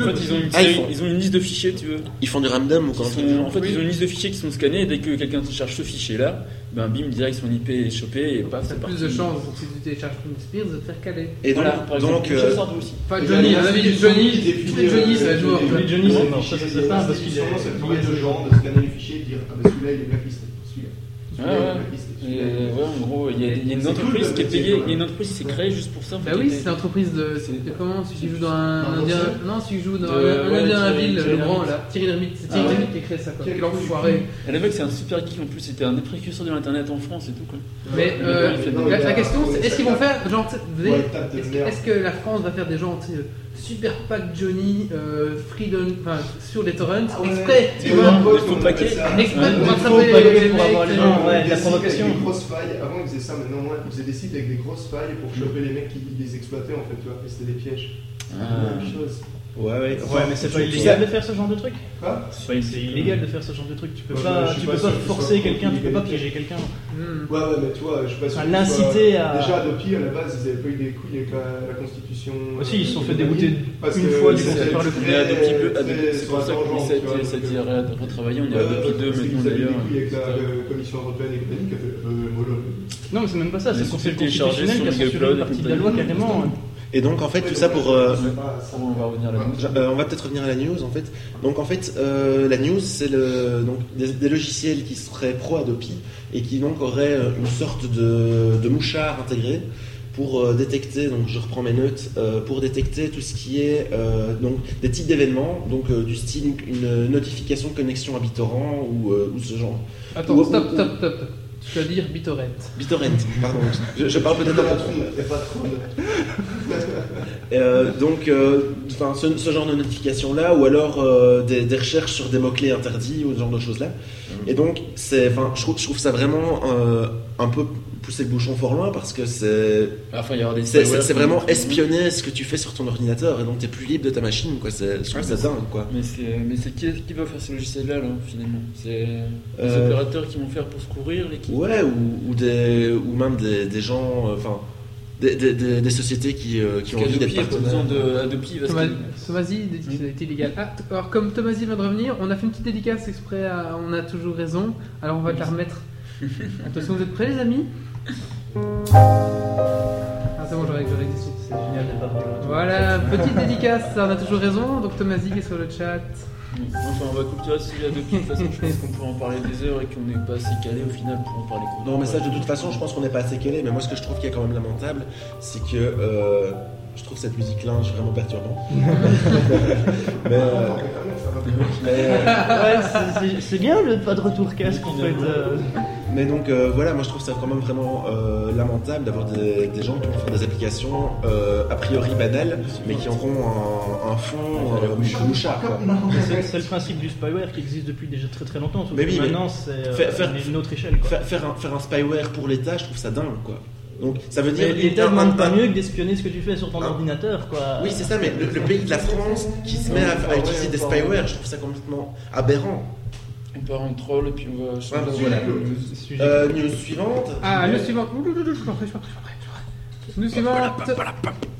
S2: En fait, ils ont, une,
S6: Ah, ils font-
S2: ils ont une liste de fichiers, tu veux.
S6: Ils font du random ou quand
S2: Ils sont- en fait, ils ont une liste de fichiers qui sont scannés. Et dès que quelqu'un télécharge ce fichier-là, ben bim, direct son IP est chopé et paf,
S1: T'as
S2: c'est parti.
S1: plus de chances si tu télécharges Team Spears de te faire caler.
S6: Et donc,
S2: Voilà, par exemple,
S6: donc
S2: Michel
S6: euh,
S2: Sardou aussi.
S1: Pas Johnny, à mon avis, Johnny, tous les
S5: euh,
S1: Johnny, ça va être mort.
S3: Tous les Johnny, c'est mort, ça c'est certain, parce qu'il y a-
S5: Sûrement, cette douille de gens de scanner les fichiers et de dire Ah, bah celui-là, il est blacklisté. Celui-là. Celui-là, il
S2: Ah,
S5: est
S2: ouais.
S5: blacklisté.
S2: Et,
S5: Celui-là, il est
S2: euh, ouais, en gros, il y a, il y a une
S5: C'est
S2: entreprise
S5: cool,
S2: qui est
S5: le
S2: payée,
S5: métier,
S2: il y a une entreprise qui s'est créée juste pour ça. en fait,
S1: Bah
S2: qui
S1: oui,
S2: était-
S1: c'est l'entreprise de. C'était comment Si tu joues dans un
S5: Dans un
S1: indien.
S5: concert
S1: Non, si tu joues dans
S2: De-
S1: un
S2: ouais,
S1: indien à la
S2: Thierry-
S1: ville, le
S2: Thierry
S1: grand
S2: Lhermitte.
S1: là. Thierry Lhermitte, c'est
S2: Ah
S1: Thierry
S2: ouais.
S1: Lhermitte qui a créé ça quoi.
S5: Quel
S1: Quel enfoiré.
S2: Et le mec, c'est un super geek en plus. C'était un des précurseurs de l'internet en France et tout quoi.
S5: blacklisté.
S1: Mais
S2: Ouais,
S1: euh,
S2: il fait
S1: la, la question, c'est est-ce qu'ils vont faire. Genre, tu sais, vous savez,
S5: Ouais, tape de
S1: est-ce
S5: merde.
S1: est-ce que la France va faire des gens tu sais, super pack Johnny, euh, freedom, enfin, sur les torrents,
S5: Ah ouais.
S1: exprès,
S5: Des
S1: tu vois
S5: faux
S2: Des faux
S5: paquets.
S2: paquets.
S5: Ah,
S1: Un exprès
S3: Ouais,
S1: pour
S3: des faux
S1: rattraper
S3: paquets
S1: les
S3: pour
S1: mecs,
S3: avoir les
S1: euh,
S3: gens.
S5: Des
S3: ouais, de la
S5: sites avec
S3: provocation.
S5: Des grosses failles. Avant, ils faisaient ça, maintenant, ouais, ils faisaient des sites avec des grosses failles pour choper les mecs qui les exploitaient, en fait, tu vois. Et c'était des pièges.
S2: Ah.
S5: Même chose.
S6: Ouais, ouais.
S3: Ouais, mais c'est pas illégal de faire ce genre de truc.
S5: Quoi
S2: Ouais,
S3: C'est illégal de faire ce genre de truc. Tu peux
S5: Ouais, je
S3: pas,
S5: suis
S3: tu
S5: pas
S3: peux
S5: sûr
S3: pas
S5: que ce
S3: forcer
S5: soit
S3: quelqu'un, tu peux pas
S5: illégal.
S3: piéger quelqu'un.
S1: Hmm.
S5: Ouais, ouais, mais tu vois, je sais pas si.
S3: Enfin, l'inciter à-
S5: Déjà, Adopi, à la base, ils avaient pas eu des couilles avec la, la Constitution.
S3: Aussi,
S5: euh,
S3: ils se sont fait
S5: du
S3: dégoûter
S5: Brésil, parce
S3: une
S5: que
S3: fois du
S5: c'est
S3: Conseil par le
S5: très-
S2: On est adopté peu,
S5: très
S2: adopté- c'est pour ça qu'on
S5: sur
S2: essaie
S5: l'argent, tu vois,
S2: de- cette
S5: donc,
S2: diarrhée à retravailler, on est
S5: euh,
S2: adopté deux
S5: parce qu'ils
S2: maintenant
S5: avaient des
S2: d'ailleurs.
S5: couilles avec la
S2: etc.
S5: euh, Commission européenne et compagnie qui a fait euh, mollo.
S3: Non, mais c'est même pas ça.
S2: Mais
S3: C'est le
S2: c'est
S3: conseil
S2: téléchargé
S3: constitutionnel qui a
S2: sur le
S3: censuré une
S2: Gameplay,
S3: partie de la loi carrément.
S6: Et donc, en fait,
S5: Ouais,
S6: tout ça
S5: donc,
S6: pour. euh,
S5: c'est pas- ça-
S2: On va revenir à la news.
S6: Euh, on va peut-être revenir à la news en fait. Donc en fait, euh, la news c'est le, donc, des, des logiciels qui seraient pro Adopi et qui donc auraient euh, une sorte de, de mouchard intégré pour euh, détecter, donc je reprends mes notes, euh, pour détecter tout ce qui est euh, donc, des types d'événements, donc euh, du style une notification de connexion à BitTorrent ou, euh, ou ce genre.
S1: Attends,
S6: Ou-
S1: stop,
S6: ou-
S1: stop, stop. Tu vas dire BitTorrent.
S6: BitTorrent, pardon, je, je parle peut-être
S5: Il y a
S6: un
S5: pas
S6: peu trop.
S5: trop, il y a pas trop de-
S6: Euh, donc, euh, enfin, ce, ce genre de notification-là, ou alors euh, des, des recherches sur des mots-clés interdits, ou ce genre de choses-là. Et donc, c'est, enfin, je trouve, je trouve ça vraiment euh, un peu pousser le bouchon fort loin parce que c'est,
S2: Enfin, il y aura des
S6: c'est, c'est-
S2: firewalls
S6: c'est
S2: qui
S6: vraiment
S2: vont-
S6: espionner ce que tu fais sur ton ordinateur et donc t'es plus libre de ta machine, quoi. C'est, je trouve ça dingue, quoi.
S2: Mais c'est mais c'est qui, qui va faire ces logiciels-là, là, finalement C'est les
S6: Euh,
S2: opérateurs qui vont faire pour se courir les qui...
S6: Ouais, ou, ou des, ou même des, des gens, euh, enfin, des, des, des, des sociétés qui, euh, qui ont envie d'être
S2: Adopi a pas besoin
S6: partenaires.
S2: de Adopi, il va se
S1: Thomas- Tomasi dit que ça a été illégal. Ah, t- alors comme Tomasi vient de revenir, on a fait une petite dédicace exprès à On a toujours raison. Alors on va te la
S6: <laughs>
S1: remettre. Attention, vous êtes prêts les amis Ah c'est bon, j'aurais j'aurais dit ça.
S3: C'est génial de parler.
S1: Voilà, petite dédicace, on a toujours raison. Donc Tomasi qui est sur le chat.
S2: Enfin, on va couper le sujet Adopi, de toute façon, je pense qu'on pourrait en parler des heures et qu'on n'est pas assez calé au final pour en parler.
S6: Non, mais ça, de toute façon, je pense qu'on n'est pas assez calé. Mais moi, ce que je trouve qui est quand même lamentable, c'est que euh, je trouve cette musique linge vraiment perturbante. mais, euh, mais, euh,
S3: Ah, Ouais, c'est- c'est- c'est bien le pas de retour casque en fait.
S2: Finalement.
S3: euh,
S6: mais donc, euh, voilà, moi, je trouve ça quand même vraiment euh, lamentable d'avoir des, des gens qui vont faire des applications euh, a priori banales, mais qui auront un, un fond euh, mouch- mouchard. quoi.
S3: C'est c'est le principe du spyware qui existe depuis déjà très très longtemps. sauf
S6: Mais
S3: que
S6: oui, mais
S3: maintenant c'est euh,
S6: faire- faire-
S3: une autre échelle. Quoi.
S6: Faire, faire un, faire un spyware pour l'État, je trouve ça dingue, quoi. Donc, ça veut dire
S3: Mais L'État
S6: un-
S3: demande
S6: un-
S3: pas mieux que d'espionner ce que tu fais sur ton
S6: Hein
S3: ordinateur, quoi.
S6: Oui, c'est ça, mais le, le pays de la France qui se met à, à utiliser des spyware, je trouve ça complètement aberrant.
S2: On part en troll et puis on va.
S6: Ouais, donc voilà.
S3: C'est sujet.
S6: Euh, news suivante.
S1: Ah, le suivant. Ouh, ouh, ouh, ouh, je suis en train, je suis en train, je suis en train, je suis en train. Nous suivant.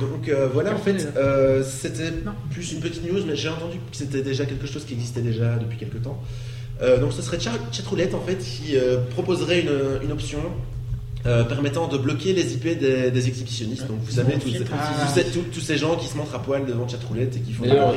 S6: Donc euh, voilà, en fait, euh, c'était
S1: Non.
S6: plus une petite news, mais j'ai entendu que c'était déjà quelque chose qui existait déjà depuis quelque temps. Euh, donc ce serait Char- Chatroulette, en fait, qui euh, proposerait une, une option euh, permettant de bloquer les IP des, des exhibitionnistes. Donc vous savez, tous, ces-
S1: Ah.
S6: tous ces- tous- tous ces gens qui se montrent à poil devant Chatroulette et qui font...
S2: D'ailleurs,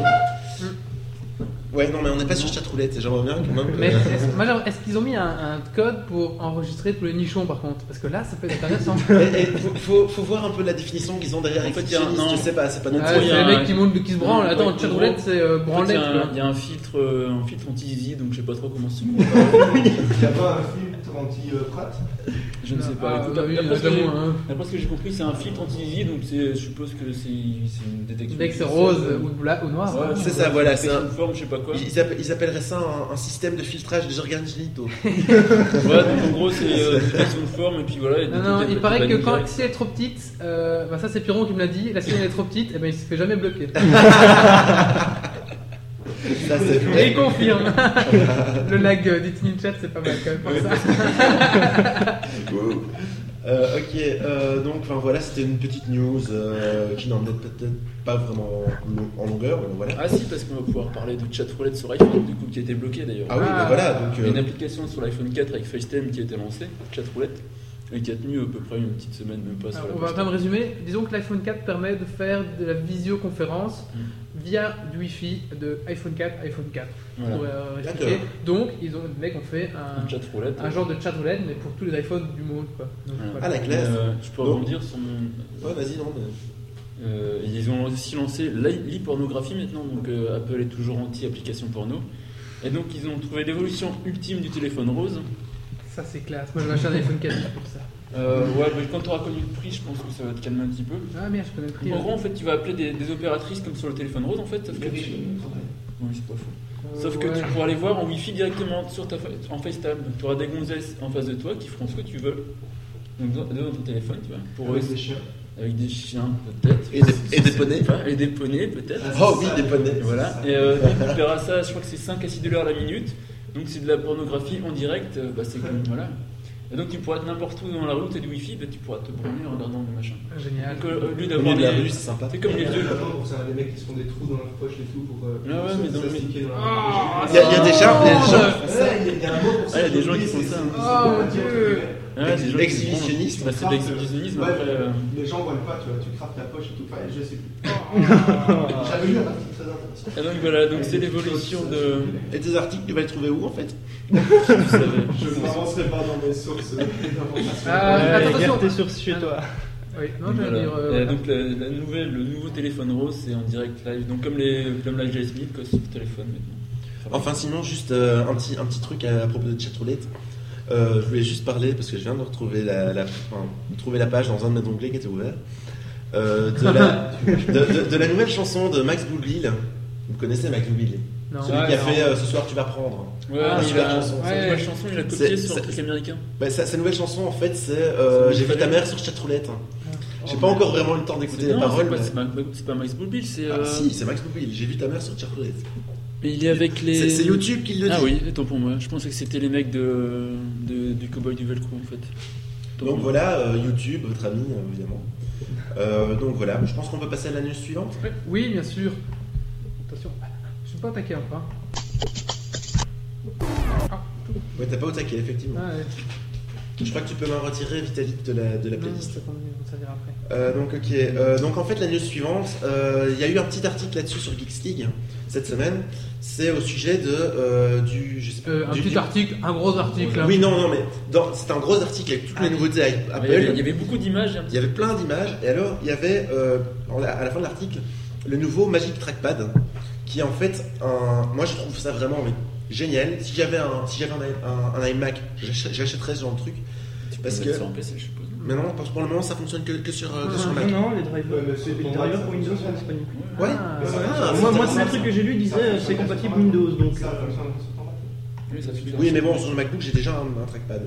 S6: Ouais, non, mais on n'est pas sur Chatroulette, et j'aimerais bien quand même... que-
S1: Mais est-ce moi, j'aimerais- est-ce qu'ils ont mis un, un code pour enregistrer tous les nichons par contre Parce que là, ça peut être intéressant.
S6: Eh, eh, faut, faut- faut voir un peu la définition qu'ils ont derrière
S2: En fait, il y a un-
S6: exhibitionniste,
S2: non.
S6: je sais pas, c'est pas notre...
S1: Ah,
S2: il y
S1: c'est
S2: a
S1: les
S2: un-
S1: mecs qui montent, qui se branlent. Attends,
S2: Ouais,
S1: une roulette, c'est euh,
S2: En fait,
S1: branlette.
S2: il y a un-
S1: quoi.
S2: il y, a un filtre, euh, un filtre anti-zizi, donc je sais pas trop comment c'est.
S5: Il n'y a pas un filtre anti-prat
S2: Je ne sais
S1: Ah,
S2: pas. Écoute,
S1: bah oui,
S2: d'après ce que-
S1: évidemment, hein.
S2: D'après ce que j'ai compris, c'est un filtre anti-zizi, donc c'est- je suppose que c'est c'est une détection.
S1: hein. Dès que c'est
S2: officielle.
S1: rose euh, ou, Ah, bla- ou noir. hein.
S2: Ouais,
S6: C'est ça, voilà, c'est
S2: détection
S6: un-
S2: de forme, je sais pas quoi.
S6: Ils, appe- ils appelleraient ça un, un système de filtrage des organes
S2: <laughs>
S6: génitaux.
S2: Voilà, donc en gros, c'est euh, détection de forme, et puis voilà. et
S1: Non, non,
S2: détecter
S1: il
S2: le
S1: paraît que
S2: petit
S1: quand,
S2: banni
S1: si elle est trop petite, euh, bah ça c'est Piron qui me l'a dit, la si elle est trop petite, eh ben, il se fait jamais
S2: <laughs>
S1: bloquer.
S6: Ça, c'est
S1: Et il confirme <laughs> Le lag euh, des Teen Chat, c'est pas mal quand même pour ça.
S6: Euh, ok, euh, donc enfin, voilà, c'était une petite news euh, qui n'en est peut-être pas vraiment lo- en longueur, mais voilà.
S2: direct. Ah si, parce qu'on va pouvoir parler de chat roulette sur iPhone, du coup, qui a été bloqué d'ailleurs.
S6: Ah oui, bah voilà, donc
S2: Il y a une
S6: euh,
S2: application sur l'iPhone 4 avec FaceTime qui a été lancée, chat roulette, et qui a tenu à peu près une petite semaine, même pas sur
S1: Alors,
S2: la
S1: Ah, on va quand même résumer. Disons que l'iPhone 4 permet de faire de la visioconférence
S2: Mm.
S1: via du Wi-Fi de iPhone 4 iPhone 4.
S2: Voilà.
S1: Pour, euh, expliquer. Donc, ils ont, les mecs ont fait un,
S2: Un chat roulette.
S1: un genre de chat roulette, mais pour tous les iPhones du monde. Quoi. Donc,
S2: Voilà.
S6: Ah, la classe.
S2: Euh, je peux
S6: Donc-
S2: rebondir sur mon,
S6: ouais, vas-y, non. mais-
S2: Euh, ils ont aussi lancé l'i- l'e-pornographie maintenant, donc euh, Apple est toujours anti-application porno. Et donc ils ont trouvé l'évolution ultime du téléphone rose.
S1: Ça, c'est classe. Moi, j'ai acheté un iPhone 4 juste pour ça.
S2: Euh, ouais, mais quand tu auras connu le prix, je pense que ça va te calmer un petit peu.
S1: Ah merde, je connais le prix.
S2: En gros, en fait, tu vas appeler des, des opératrices comme sur le téléphone rose, en fait, sauf que tu... Ouais, c'est pas faux.
S1: Euh,
S2: Sauf que tu pourras les voir en wifi directement sur ta fa- en FaceTime. Donc tu auras des gonzesses en face de toi qui feront ce que tu veux. Donc dans, dans ton téléphone, tu vois,
S6: Ah
S2: pour
S5: Avec
S2: eux,
S5: des chiens.
S2: avec des chiens peut-être.
S6: Et des- et des poneys.
S2: Enfin, Et des poneys peut-être.
S6: Oh oui, des poneys,
S2: Et voilà. Et euh, donc, tu verras ça, je crois que c'est 5 à 6 dollars la minute. Donc c'est de la pornographie en direct, euh, bah, c'est comme voilà. Et donc tu pourras être n'importe où dans la route et du wifi, bah, tu pourras te promener en regardant le machin.
S1: Génial.
S2: Donc euh, au lieu
S6: Au milieu
S2: d'avoir
S6: de la
S2: des.
S6: rue, c'est sympa.
S2: C'est comme les vieux.
S5: C'est les mecs qui se font des trous dans leurs poches et tout pour. euh,
S2: Ah ouais, mais
S5: se
S2: dans le-
S5: s'astiquer dans la-
S1: Ah,
S6: Il y, a- il y a des gens, il y a des gens-
S5: Ouais, il y a un mot pour ça.
S2: Ah, il y a des gens qui
S5: aujourd'hui,
S2: font
S5: c'est-
S2: ça, hein.
S5: c'est-
S1: Oh,
S5: c'est-
S1: mon
S5: c'est-
S1: Dieu.
S2: Ouais, des gens qui se branlent.
S6: Exhibitionniste.
S2: Bah, c'est de l'exhibitionnisme
S5: Ouais,
S2: après. euh,
S5: Les gens voient pas, tu vois, tu craques ta poche et tout. Enfin, je sais plus. J'avais lu un article très intéressant.
S2: Et donc voilà, donc c'est l'évolution de.
S6: Et tes articles, tu vas les trouver où en fait
S2: <laughs> Vous savez.
S5: Je m'avancerai pas <laughs> dans mes sources euh, d'informations.
S1: Ah,
S3: Ouais,
S1: attention.
S3: garde tes sources chez
S1: Ah,
S3: toi.
S1: Oui, non,
S2: Donc,
S1: j'allais
S2: voilà.
S1: dire. euh,
S2: Et
S1: voilà.
S2: donc la, la nouvelle, le nouveau téléphone rose, c'est en direct live. Donc comme les comme la Jay Smith, quoi, sur le téléphone maintenant.
S6: Enfin, sinon, juste euh, un, petit, un petit truc à, à propos de chatroulette. Euh, je voulais juste parler parce que je viens de retrouver la, la- enfin, de trouver la page dans un de mes onglets qui était ouvert euh,
S2: <laughs>
S6: de, la, de, de- de la nouvelle chanson de Max Boublil. Vous connaissez Max Boublil
S1: Non.
S6: Celui
S2: Ouais,
S6: qui a
S2: non.
S6: fait euh, Ce soir tu vas prendre.
S2: Ouais,
S6: Ah,
S2: il
S6: super
S2: a-
S6: chanson,
S2: cette
S1: ouais.
S2: nouvelle chanson, il a
S6: C'est-
S2: copié sur un
S6: c'est-
S2: truc américain.
S6: Bah, sa, sa nouvelle chanson en fait c'est euh,
S2: C'est
S6: J'ai vu ta
S2: Boublil.
S6: mère sur chatroulette. J'ai
S2: Oh,
S6: pas
S2: mais-
S6: encore vraiment eu le temps d'écouter les
S2: Non,
S6: paroles.
S2: C'est pas,
S6: mais-
S2: c'est pas- c'est pas Max Boublil, c'est.
S6: Ah,
S2: euh,
S6: si, c'est Max Boublil. J'ai vu ta mère sur chatroulette.
S2: Mais il est avec les.
S6: C'est c'est YouTube qui le dit.
S2: Ah oui, attends pour moi. Je pensais que c'était les mecs de, de- du Cowboy du Velcro en fait. Attends pour
S6: Donc
S2: moi.
S6: voilà, euh, YouTube, votre ami, euh, évidemment. Euh, donc voilà, je pense qu'on peut passer à la news suivante.
S1: Oui, bien sûr. Attention, je suis pas attaqué encore. hein.
S6: Ouais, t'as pas au taquet, effectivement.
S1: Ah,
S6: Je crois que tu peux m'en retirer, Vitalik, de la, de la playlist.
S1: après.
S6: Euh, donc ok, Euh, donc en fait la news suivante, euh, il y a eu un petit article là-dessus sur Geeks League hein, cette semaine. C'est au sujet de euh, du, je sais pas,
S1: Euh, un
S6: du-
S1: petit
S6: du-
S1: article, un gros article. hein.
S6: Oui non non mais dans- c'est un gros article avec toutes
S1: Ah
S6: les
S1: oui.
S6: nouveautés avec
S2: Ah,
S6: Apple.
S2: il, y avait, il y avait beaucoup d'images. hein.
S6: Il y avait plein d'images, et alors il y avait euh, en- à la fin de l'article le nouveau Magic Trackpad, qui est en fait un. Moi je trouve ça vraiment mais, génial. Si j'avais un, si j'avais un, un- un iMac, j'ach- j'achèterais ce genre de truc.
S2: Tu peux
S6: parce
S2: mettre
S6: que-
S2: ça en PC, je suppose.
S6: Mais non, parce que pour le moment ça fonctionne que, que sur, euh, que sur
S3: Non,
S6: Mac.
S3: non, les drivers,
S5: Ouais, mais c'est
S3: les
S5: ton
S3: drivers
S5: Mac,
S3: pour
S5: ça
S3: Windows sont
S5: fonctionne.
S3: disponibles.
S6: Ouais.
S1: Ah,
S6: Ah,
S3: moi,
S6: c'est
S3: moi
S6: un
S3: tous les trucs que j'ai lu disaient euh, c'est compatible Windows, donc
S5: Ça
S3: euh,
S5: fonctionne sur ton Mac.
S2: Oui, ça suffit.
S6: Oui, mais bon, sur le MacBook j'ai déjà un, un trackpad.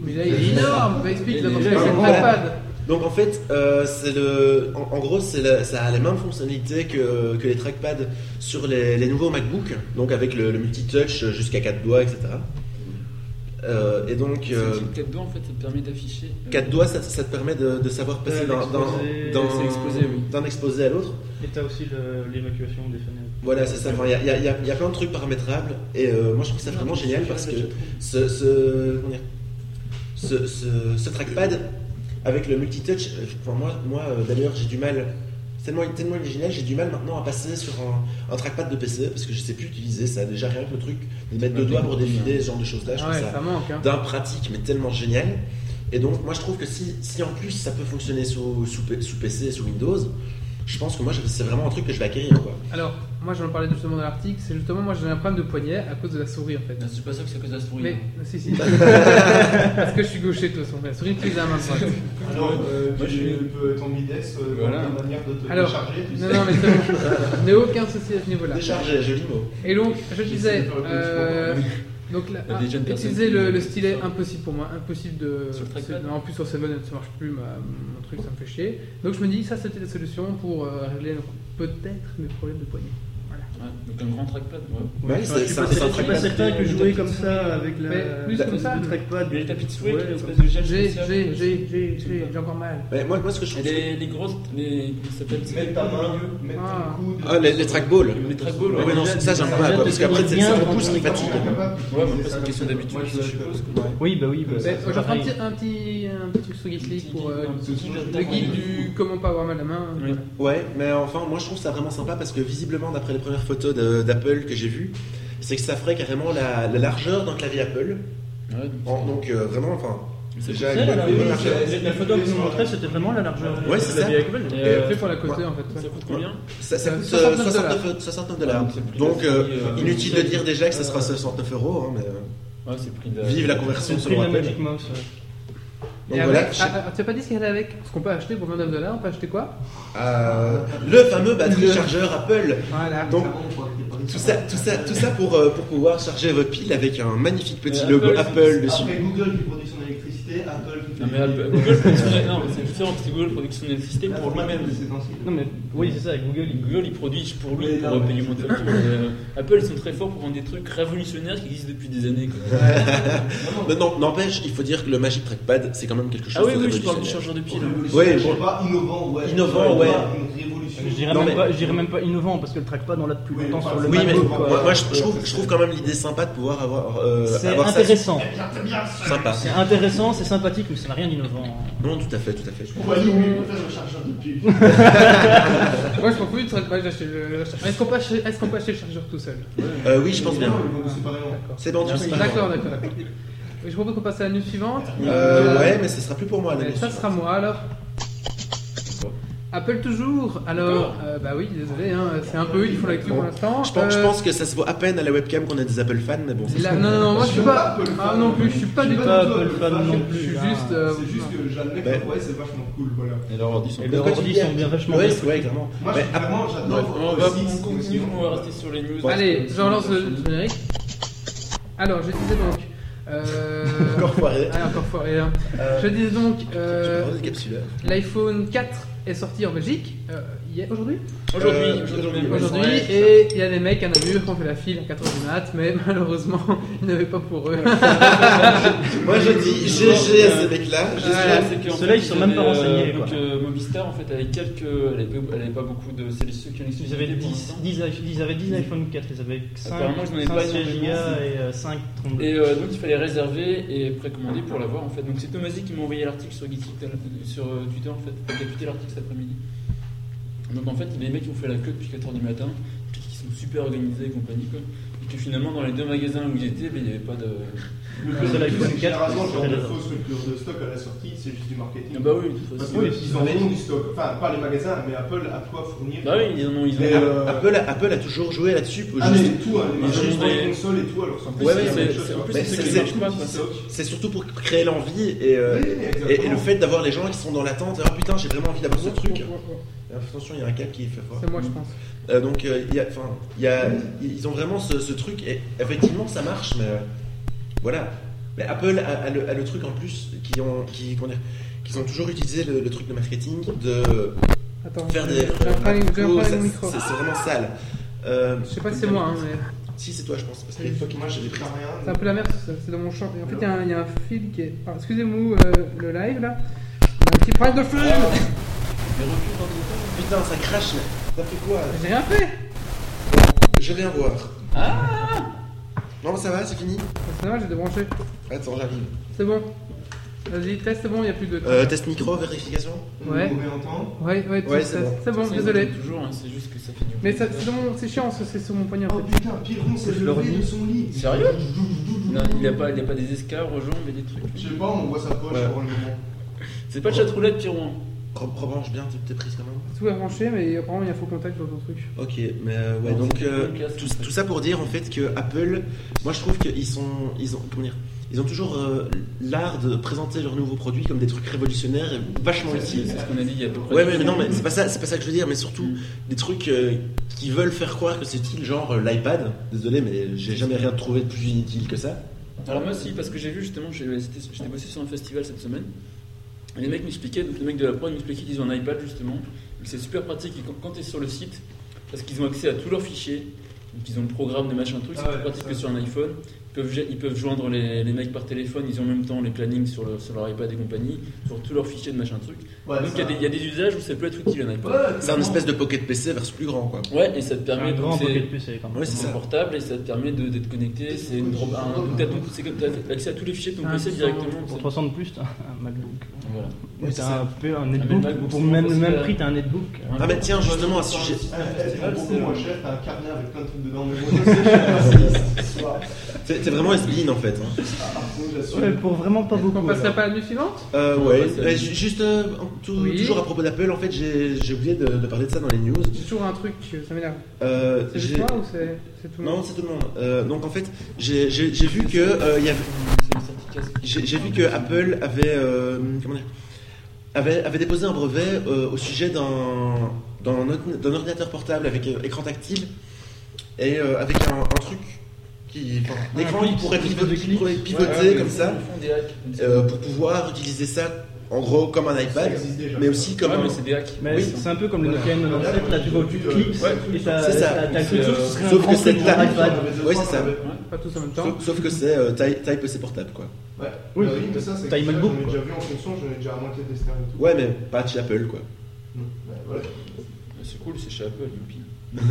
S1: Mais là, il est énorme. Bah, explique
S2: Il
S1: la
S2: est
S1: portée avec cette
S6: énorme.
S1: iPad.
S6: Donc en fait, euh, c'est le, en, en gros, c'est la- ça a les mêmes fonctionnalités que, que les trackpads sur les, les nouveaux MacBook, donc avec le, le multi-touch jusqu'à 4 doigts, etc. Euh, et donc. euh,
S2: 4 doigts en fait, ça te permet d'afficher. euh,
S6: 4 doigts, ça, ça te permet de, de savoir passer
S3: Ouais,
S6: d'un
S3: l'exposé,
S6: d'un-
S2: c'est l'exposé, oui.
S6: d'un exposé à l'autre.
S3: et t'as aussi le- l'évacuation des fenêtres.
S6: Voilà, c'est ça. Enfin, Il y, a- il y a- il y a- il y a plein de trucs paramétrables. Et euh, moi, je trouve ça vraiment génial parce que ce, ce, comment dire, ce, ce- ce trackpad avec le multitouch, euh, enfin, moi, moi euh, d'ailleurs, j'ai du mal. Tellement, tellement original, j'ai du mal maintenant à passer sur un, un trackpad de PC parce que je sais plus utiliser ça. Déjà, rien que le truc de mettre deux doigts pour défiler, ce genre de choses-là, je
S1: Ah
S6: trouve
S1: ouais,
S6: ça
S1: ça manque. Hein.
S6: d'un pratique mais tellement génial. Et donc moi je trouve que si, si en plus ça peut fonctionner sous, sous, P- sous PC et sous Windows, je pense que moi je- c'est vraiment un truc que je vais acquérir quoi.
S1: Alors, moi, j'en parlais justement dans l'article. C'est justement, moi, j'ai un problème de poignet à cause de la souris, en fait.
S2: Non, c'est pas ça que ça cause la souris.
S1: Mais, euh,
S2: hein.
S1: si, si. Parce que je suis gaucher, de toute façon. La souris me utilise la main droite.
S5: Alors, euh,
S2: Moi,
S5: tu
S2: j'ai-
S5: peux ton bidex, euh,
S2: Voilà.
S5: dans ta manière de te
S1: Alors,
S5: décharger, tu
S1: Non,
S5: sais.
S1: non, mais c'est bon. N'ai aucun souci à ce niveau-là.
S6: Décharger, joli mot.
S1: Et donc, je disais,
S5: J'essaie de faire le
S1: euh, donc là,
S2: Il y a des jeunes personnes
S1: utiliser
S2: qui-
S1: le, le stylet, impossible pour moi, impossible de.
S2: Sur le trackpad
S1: c'est- en plus, sur Seven, ça marche plus, ma- mon truc, ça me fait chier. Donc, je me dis, ça, c'était la solution pour euh, régler peut-être mes problèmes de poignet.
S2: Ouais, donc un grand trackpad, ouais.
S3: Enfin,
S6: Ouais,
S3: je
S6: c'est
S3: suis
S6: c'est un,
S3: pas,
S6: c'est un
S3: je suis pas
S6: trackpad.
S3: certain que
S2: de-
S3: jouer
S2: de-
S3: comme ça avec la,
S1: Mais plus
S6: comme
S1: ça.
S3: le trackpad.
S2: Il y a les tapis de souris,
S3: Ouais,
S2: qui est une
S3: comme-
S2: espèce de gel
S1: J'ai,
S2: spécial.
S1: j'ai, j'ai, j'ai, j'ai, j'ai encore mal.
S6: Ouais, moi, moi ce que je
S2: Et
S6: trouve.
S2: les, les grosses, les, comment ça s'appelle
S5: Mets ta main, mets
S1: Ah.
S5: ton coude.
S6: Ah, les, les trackballs.
S2: Les trackballs,
S6: Ouais,
S2: ouais.
S6: non, ça j'aime pas quoi, parce qu'après c'est c'est le pouce qui fatigue.
S2: Ouais, mais après, c'est une question d'habitude,
S5: Moi,
S2: je suppose. quoi.
S3: Oui, bah oui. Bah,
S1: Ben,
S3: c'est
S1: je vais faire un
S3: pareil.
S1: petit, un petit, un petit truc sur Geeks League pour euh,
S2: Un petit truc
S1: le guide du comment pas avoir mal à la main.
S2: Oui.
S6: Ouais, mais enfin, moi je trouve ça vraiment sympa parce que visiblement, d'après les premières photos de- d'Apple que j'ai vues, c'est que ça ferait carrément la, la largeur d'un clavier Apple.
S2: Ouais,
S6: En- donc euh, vraiment, enfin,
S2: c'est
S6: déjà,
S3: C'est
S6: une
S3: la-
S6: bonne
S3: oui,
S6: largeur.
S3: c'est- La photo que nous montrait, c'était vraiment la largeur.
S6: Ouais,
S3: de
S6: c'est
S3: la
S6: ça.
S3: vieille Apple.
S2: Et,
S1: Et
S2: euh,
S1: après, pour la côté, en fait.
S2: ça coûte combien
S6: Ça, ça
S1: Euh,
S6: coûte
S1: 69
S6: 69
S1: dollars.
S6: dollars. 69 dollars.
S2: Ouais, c'est plus
S6: Donc,
S2: facile,
S6: euh,
S2: euh,
S6: inutile de dire déjà que ça sera 69 euros. hein, mais, euh,
S2: Ouais, c'est le prix de
S6: vive la conversion
S3: C'est
S6: selon
S3: la
S6: Apple.
S3: Magic Mouse. ouais.
S6: Donc
S1: Et
S6: voilà.
S1: avec-
S6: je-
S1: ah, ah, tu as pas dit ce qu'il y avait avec Parce qu'on peut acheter pour 29 dollars, on peut acheter quoi
S6: euh,
S2: ah,
S6: le fameux batterie chargeur Apple.
S1: Voilà.
S6: Donc, tout ça, tout ça, tout ça pour, euh, pour pouvoir charger votre pile avec un magnifique petit
S2: Euh,
S6: logo
S2: Apple,
S6: Apple dessus.
S5: Après Google qui produit son électricité, Apple qui
S2: Non, mais Apple- Google Production- non, mais c'est différent parce que Google Production Electricité pour lui-même.
S5: c'est ainsi.
S3: Non, mais oui, c'est ça, Google, il-
S2: Google, ils produisent pour lui,
S5: Mais
S2: pour
S5: non,
S2: euh,
S5: mais-
S2: payer moins de factures. Mais, euh, Apple, ils sont très forts pour vendre des trucs révolutionnaires qui existent depuis des années. quoi.
S6: Mais non, n'empêche, il faut dire que le Magic Trackpad, c'est quand même quelque chose
S2: Ah oui,
S6: de
S2: oui, je parle du
S6: révolutionnaire.
S2: chargeur de pile.
S6: Ouais,
S5: Révolutionnaire, je
S6: bon.
S5: sais pas, innovant, ouais.
S6: Innovant, ouais.
S5: Une révolution.
S3: Je dirais,
S6: Non,
S3: même
S6: mais-
S3: pas, je dirais même pas innovant parce que le trackpad on l'a depuis
S5: Oui,
S3: longtemps
S5: enfin,
S3: sur le
S6: Oui, mais
S3: MacBook, quoi.
S6: moi, moi, je, je trouve, je trouve quand même l'idée sympa de pouvoir avoir, euh,
S3: c'est
S6: avoir ça
S3: intéressant.
S6: sympa.
S3: C'est intéressant, c'est sympathique, mais ça n'a rien d'innovant.
S6: Non, tout à fait, tout à fait.
S5: Pourquoi lui, lui, il préfère le chargeur de pile
S1: Moi, je m'en fous du trackpad, j'achète le. Est-ce qu'on peut acheter est-ce qu'on peut acheter le chargeur tout seul
S6: Euh, oui, je pense bien.
S5: Ils vont nous séparer en-
S1: D'accord.
S6: C'est bon, tu
S1: D'accord, Ah d'accord, d'accord. Je propose qu'on passe à la news suivante.
S6: Euh, ouais, mais ce sera plus pour moi. la
S1: Mais
S6: news.
S1: ça sera moi alors. Apple toujours. Alors, euh, bah oui, désolé, hein, c'est un peu eux qui font l'actu pour l'instant.
S6: Je pense, je
S1: Euh,
S6: pense que ça se voit à peine à la webcam qu'on a des Apple fans, mais bon. ça se-
S1: là- non, non, non, moi je suis pas.
S5: Apple fan.
S1: Ah non plus, je suis pas
S5: Je
S1: du
S5: suis
S1: tout.
S5: pas
S1: Apple
S5: Apple fan
S1: fan,
S5: non
S1: Je
S3: plus, hein.
S1: suis
S3: là.
S6: hein.
S1: juste. euh,
S5: C'est juste que j'admets
S6: Ben.
S5: que ouais, c'est vachement cool, voilà.
S6: Et leurs ordi sont
S3: Et leurs
S6: Pourquoi
S3: ordi
S6: tu dis-
S3: sont bien vachement
S6: Ouais,
S3: bien
S6: ouais, clairement.
S5: Moi,
S6: Mais Apple-
S5: vraiment,
S6: Ouais,
S5: j'adore
S2: On
S5: euh,
S2: va
S5: Six,
S2: on continue,
S5: sinon-
S2: on va rester sur les news.
S1: Allez, je relance le le générique. Alors, je disais donc. Euh...
S6: Encore
S1: <laughs>
S6: foiré.
S1: Allez, encore foiré. hein.
S6: Euh,
S1: Je disais donc,
S6: je
S1: euh,
S6: prends des hein. capsuleurs.
S1: l'iPhone 4 est sorti en Belgique euh, hier- aujourd'hui.
S2: Aujourd'hui,
S6: Euh,
S2: aujourd'hui,
S6: aujourd'hui,
S2: même.
S1: Aujourd'hui,
S2: Ouais.
S1: et il y a des mecs à Namur qui ont fait la file à 4h du mat, mais <laughs> malheureusement, ils n'avaient pas pour eux.
S6: Moi je dis GG à ces mecs-là.
S2: Juste là, c'est qu'en
S3: Ceux-là,
S2: fait,
S3: ils sont même pas
S2: avaient, euh,
S3: renseignés,
S2: Donc
S3: quoi.
S2: euh, Movistar, en fait, avait quelques. Elle avait, elle avait pas beaucoup de. C'est les- ceux qui ont
S3: Ils avaient
S2: l'exclusivité pour
S3: 10,
S2: l'instant.
S3: 10 i- ils avaient 10 iPhone 4, ils avaient 5,
S2: Apparemment, je n'en ai pas
S3: 5
S2: énormément.
S3: gigas et euh, 5 32.
S2: Et euh, donc il fallait réserver et précommander pour l'avoir en fait. Donc c'est Thomasy qui m'a envoyé l'article sur, Geeky tout à l'heure- sur euh, Twitter en fait. Il a tweeté l'article cet après-midi. Donc en fait, les mecs qui ont fait la queue depuis 4h du matin, puis qui sont super organisés et compagnie quoi. Et que finalement dans les deux magasins où ils étaient, ben, il n'y avait pas de.
S5: Le
S3: Ah, c'est l'iPhone
S5: plus, c'est
S3: 4,
S5: généralement
S3: c'est
S5: genre de
S3: raison.
S5: fausse rupture de stock à la sortie, c'est juste du marketing.
S2: Ah bah oui, de toute
S5: Parce
S2: façon.
S5: que ils en ont du stock. Enfin, pas les magasins, mais Apple a quoi fournir.
S2: Bah oui, ils en ont. Ils en ont.
S5: Mais, euh,
S6: Apple, a- Apple a toujours joué là-dessus.
S5: Ah,
S6: juste-
S5: mais tout, hein, les
S2: Ils
S5: magasins,
S2: ont
S5: ils ont
S2: des-
S5: des consoles et tout, alors
S2: En
S5: ça
S2: plus,
S6: Ouais,
S2: c'est-
S6: ouais,
S2: c'est-
S6: mais-
S2: c'est- en plus,
S6: mais
S2: c'est ceux
S6: c'est-
S2: qui
S6: c'est-
S2: marchent pas, quoi.
S6: C'est surtout pour créer l'envie et, euh,
S5: Oui,
S6: et- et
S5: exactement.
S6: le fait d'avoir les gens qui sont dans l'attente. Ah putain, j'ai vraiment envie d'avoir ce truc. Attention, il y a un câble qui fait fort.
S1: <laughs> C'est moi, je pense.
S6: Euh, donc, euh, il y a- enfin, il y a- ils ont vraiment ce, ce truc. Et effectivement, ça marche, mais euh, voilà. Mais Apple a, a le, a le truc en plus qui ont, qui, comment dire, qu'ils ont toujours utilisé le, le truc de marketing de
S1: Attends,
S6: faire
S1: je-
S6: des. Oh,
S1: je vais reprendre les- je vais reprendre
S6: ça-
S1: les micros.
S6: c'est c'est vraiment sale. Euh,
S1: Je sais pas si c'est moi, hein, mais
S6: Si, c'est toi, je pense. Parce que
S1: Oui.
S6: l'époque, moi,
S5: Moi,
S6: j'ai des
S5: j'étais
S6: prises.
S5: pas rien.
S1: c'est un peu la merde, c'est c'est dans mon champ. Et en fait, il y, a un- il y a un fil qui est. Ah, Excusez-moi, euh, le live là. On a un petit problème de fil
S6: Oh. Putain, ça crache, mais t'as fait quoi là
S1: J'ai rien fait
S6: Je viens voir. Ah Non, ça va, c'est fini
S1: Ah, C'est normal, j'ai débranché.
S6: Attends, j'arrive.
S1: C'est bon. Vas-y, test, c'est bon, il n'y a plus de.
S6: Euh, test micro, vérification
S5: On
S1: Ouais.
S5: est mauvais en temps.
S1: Ouais, ouais, test,
S6: Ouais, c'est
S1: test.
S6: bon.
S1: c'est bon,
S2: Ça, ils
S1: désolé.
S2: le font Toujours, hein, c'est juste que ça fait du
S1: Mais ça- c'est dans mon- c'est chiant, parce que c'est sur mon poignet en
S5: Oh
S1: fait.
S5: putain, Piron s'est
S3: Je le
S5: levé
S3: redis.
S5: de son lit.
S2: Sérieux Non, Il n'y a, pas- il a pas des escarres aux jambes et des trucs.
S5: Je sais pas, on voit sa poche
S6: Ouais.
S5: avant le moment.
S2: C'est pas le chat roulette, Pirouin.
S6: Re- Rebranche bien tes- tes prises quand même.
S1: Tout est branché, mais apparemment il y a faux contact dans ton truc.
S6: Ok, mais euh, ouais,
S2: Non,
S6: donc
S2: c'est
S6: euh,
S2: une classe,
S6: tout,
S2: en fait.
S6: tout ça pour dire en fait que Apple, moi je trouve qu'ils sont, ils ont, comment dire, ils ont toujours euh, l'art de présenter leurs nouveaux produits comme des trucs révolutionnaires et vachement utiles.
S2: C'est ce qu'on a dit il y a à peu près.
S6: Ouais, mais, mais non, mais c'est pas ça, c'est pas ça que je veux dire, mais surtout des trucs euh, qui veulent faire croire que c'est utile, genre euh, l'iPad. Désolé, mais j'ai jamais rien trouvé de plus inutile que ça.
S2: Alors moi aussi, parce que j'ai vu justement, j'ai- c'était- j'étais bossé sur un festival cette semaine, et les mecs m'expliquaient, donc les mecs de la prod m'expliquaient qu'ils ont un iPad justement, et que c'est super pratique, et quand- quand tu es sur le site, parce qu'ils ont accès à tous leurs fichiers, donc ils ont le programme de machin truc, c'est
S5: Ah ouais,
S2: plus pratique
S5: ça.
S2: que sur un iPhone, ils peuvent, ja- ils peuvent joindre les, les mecs par téléphone, ils ont en même temps les plannings sur, le- sur leur iPad et compagnie, sur tous leurs fichiers de machin truc,
S5: Ouais,
S2: donc il y, a
S5: ça-
S2: des- il y a des usages où ça peut être utile un iPad.
S5: Ouais,
S6: C'est un
S5: clairement.
S6: espèce de pocket PC versus plus grand, quoi.
S2: Ouais, et ça te
S3: C'est un
S2: permet
S3: grand
S2: donc, c'est-
S3: pocket PC quand même.
S6: Ouais, c'est
S2: c'est
S6: ça.
S2: portable et ça te permet de- d'être connecté. C'est une drop- un- donc t'as ton- c'est comme- t'as accès à tous les fichiers de ton
S1: Ah,
S2: PC
S1: c'est-
S2: directement.
S3: Pour
S2: c'est-
S3: 300 de plus, <laughs> t'as un MacBook.
S2: Voilà.
S6: Ouais,
S3: Ou
S6: c'est
S3: t'as un,
S6: ça.
S3: peu un
S2: Ah, mais
S3: netbook.
S2: le MacBook,
S3: pour
S2: c'est
S3: même, le
S2: possible,
S3: même
S2: euh,
S3: prix, t'as un netbook.
S6: Ah, mais tiens, justement, à ce sujet.
S5: Ah, elle est beaucoup
S2: C'est-
S5: moins cher, t'as un carnet avec plein de trucs dedans, mais bon, ça, c'est cher, c'est- c'est-
S6: C'est c'est vraiment Esbin en fait. hein.
S5: Ah, donc, j'assume.
S3: Ouais, pour vraiment pas beaucoup.
S1: On passerait
S3: alors.
S1: pas à la nuit suivante
S6: Euh,
S2: On
S6: ouais,
S2: va passer à
S6: bah,
S2: la-
S6: ju- juste euh, en- tout-
S1: Oui.
S6: toujours à propos d'Apple, en fait, j'ai j'ai oublié de, de parler de ça dans les news.
S1: J'ai toujours un truc, ça m'énerve.
S6: Euh,
S1: C'est juste
S6: j'ai-
S1: moi ou c'est c'est tout le
S6: non,
S1: monde
S6: c'est tout le monde. Euh, donc en fait, j'ai j'ai- j'ai vu que euh, il y avait-
S2: C'est une sortie casque.
S6: j'ai j'ai vu que Apple avait euh, comment dire, avait, avait déposé un brevet euh, au sujet d'un d'un ordina- d'un ordinateur portable avec euh, écran tactile et euh, avec un, un truc qui, enfin, l'écran
S2: clic,
S6: il pourrait
S2: une espèce
S6: pivoter,
S2: de clic.
S6: pourrait pivoter
S2: Ouais, ouais,
S6: comme
S2: ils
S6: ça
S2: font des hacks, comme ça.
S6: euh, pour pouvoir utiliser ça en gros comme un
S5: Ça
S6: iPad,
S5: existe déjà.
S6: mais aussi comme
S2: Ouais,
S6: un.
S2: mais c'est des hacks.
S3: Mais
S6: Oui.
S3: c'est- c'est un peu comme le
S5: Voilà.
S3: Nokia
S5: Voilà,
S3: 97, là tu vas au tu
S5: euh,
S3: cliques
S5: ouais,
S3: et t'as
S6: c'est ça.
S3: t'as- t'as le
S2: C'est,
S3: truc,
S2: euh,
S3: ce serait un
S6: sauf
S3: grand
S6: que c'est
S3: truc
S6: la-
S3: pour l'iPad.
S6: Ouais, c'est ça.
S1: Pas tous en même temps.
S6: Sauf, sauf que c'est euh, taille, taille PC portable quoi.
S5: Ouais.
S3: Oui,
S5: Bah mais ça, c'est
S3: t'as
S5: que
S3: une
S5: ça,
S3: MacBook,
S5: J'en ai
S3: quoi.
S5: déjà vu en fonction, j'en ai déjà à moitié testé un et tout.
S6: Ouais, mais pas chez Apple quoi.
S5: Non, bah, voilà.
S2: C'est cool, c'est chez Apple, youpi.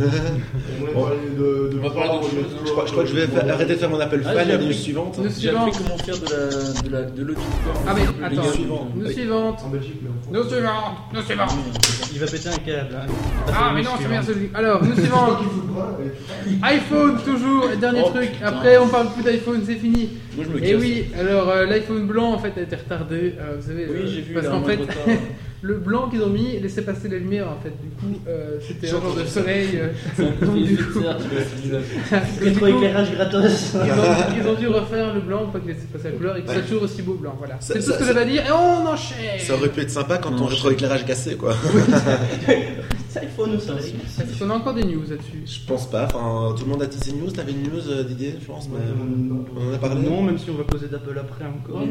S5: Et moi,
S6: Bon.
S5: parler de, de
S2: On va parler d'autre
S5: de-
S2: chose, hein.
S6: Je crois, je crois que je vais fa- arrêter de faire mon Apple
S2: Ah,
S6: fan
S2: j'ai
S6: la news
S2: appris.
S6: suivante.
S1: News
S2: J'ai appris
S1: suivante.
S2: comment faire de la de la de l'audit.
S1: Ah, mais
S2: Les gars, euh,
S1: attends.
S2: suivant.
S1: Nous suivante.
S5: En Belgique, mais en
S1: Nous suivante. Nous
S2: ah.
S1: suivante.
S3: Il va péter un câble. hein.
S1: Ah, mais non, c'est bien celui. Alors, nous
S5: <laughs>
S1: suivante.
S5: Qui fout le bras, et-
S1: iPhone toujours. Et Dernier
S2: Oh,
S1: truc.
S2: putain.
S1: Après, on parle plus d'iPhone, c'est fini.
S2: Moi je me casse.
S1: Et Eh oui, alors euh, l'iPhone blanc en fait a été retardé, euh, vous savez, euh,
S2: Oui, j'ai vu
S1: parce
S2: là,
S1: qu'en
S2: en
S1: fait <laughs>
S2: retard.
S1: le blanc qu'ils ont mis laissait passer la lumière en fait, du coup euh, c'était un
S2: J'entends
S1: genre de
S2: ça.
S1: soleil,
S6: <laughs>
S1: euh,
S2: C'est un
S1: <laughs> Donc, du
S2: petit
S1: coup-
S2: cercle, celui-là.
S1: et du
S3: Contre
S1: coup,
S3: éclairage gratos. <laughs>
S1: ils, ont, ils ont dû refaire le blanc pour qu'il laisse passer la couleur et que ce soit
S6: Ouais.
S1: toujours aussi beau blanc, voilà.
S6: Ça-
S1: C'est tout
S6: ça-
S1: ce que
S6: ça-
S1: j'avais à dire et on enchaîne
S6: Ça aurait pu être sympa quand ton
S2: Non,
S6: rétroéclairage est cassé quoi. <laughs>
S3: Ça, il faut nous soleil.
S1: Est-ce qu'on a encore des news là-dessus
S6: Je pense pas, enfin tout le monde a dit ses news, t'avais une news euh, Didier, je pense, mais on en a parlé.
S3: Non, même si on va poser d'Apple après
S1: Oh
S3: encore.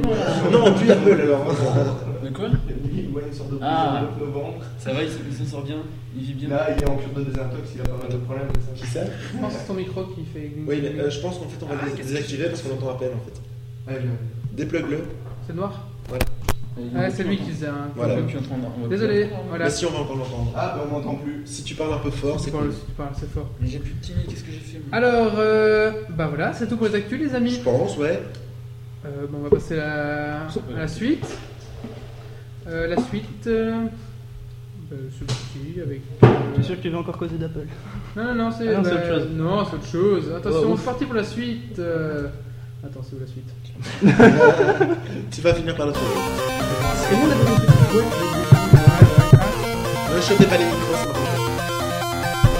S6: non plus Apple alors.
S5: hein.
S2: De quoi
S5: Lui, ouais, il sort de prison
S2: Ah.
S5: le 9 novembre.
S2: Ça va, il s- il s'en sort bien, il vit bien.
S5: Là, il est en cure de désintox, il a pas mal de problèmes avec ça.
S6: Qui ça
S1: Je pense que c'est ton micro qui fait...
S6: Oui, mais euh, je pense qu'en fait on va les désactiver parce qu'on entend appel en fait.
S5: Ouais, je-
S6: Déplug-le.
S1: C'est noir
S2: Il est
S1: Ouais, Ah, c'est lui
S2: content.
S1: qui faisait un...
S6: Voilà.
S2: On peut plus entendre, on va
S1: Désolé,
S2: plus entendre.
S1: voilà.
S6: Bah si on va encore l'entendre.
S5: Ah, bah, on m'entend plus.
S6: Si tu parles un peu fort,
S1: Tu
S6: c'est
S1: parles,
S6: cool.
S1: tu parles, c'est fort.
S2: Mais j'ai plus de timide, qu'est-ce que j'ai fait moi
S1: Alors, euh, bah voilà, c'est tout pour les actus les amis.
S6: Je pense, <laughs> ouais.
S1: Euh, bon, on va passer à, à la suite. Euh, la suite, euh, euh, c'est parti avec. euh,
S3: T'es sûr que tu veux encore causer d'Apple
S1: Non, non, non, c'est
S3: Ah non, c'est autre chose.
S1: Non, c'est autre chose. Attention,
S3: Oh, ouf.
S1: c'est parti pour la suite. euh, Attends, c'est où la suite
S6: Tu vas finir par le trouver.
S3: C'est bon d'Apple
S6: Ne chopez pas les micros, c'est marrant.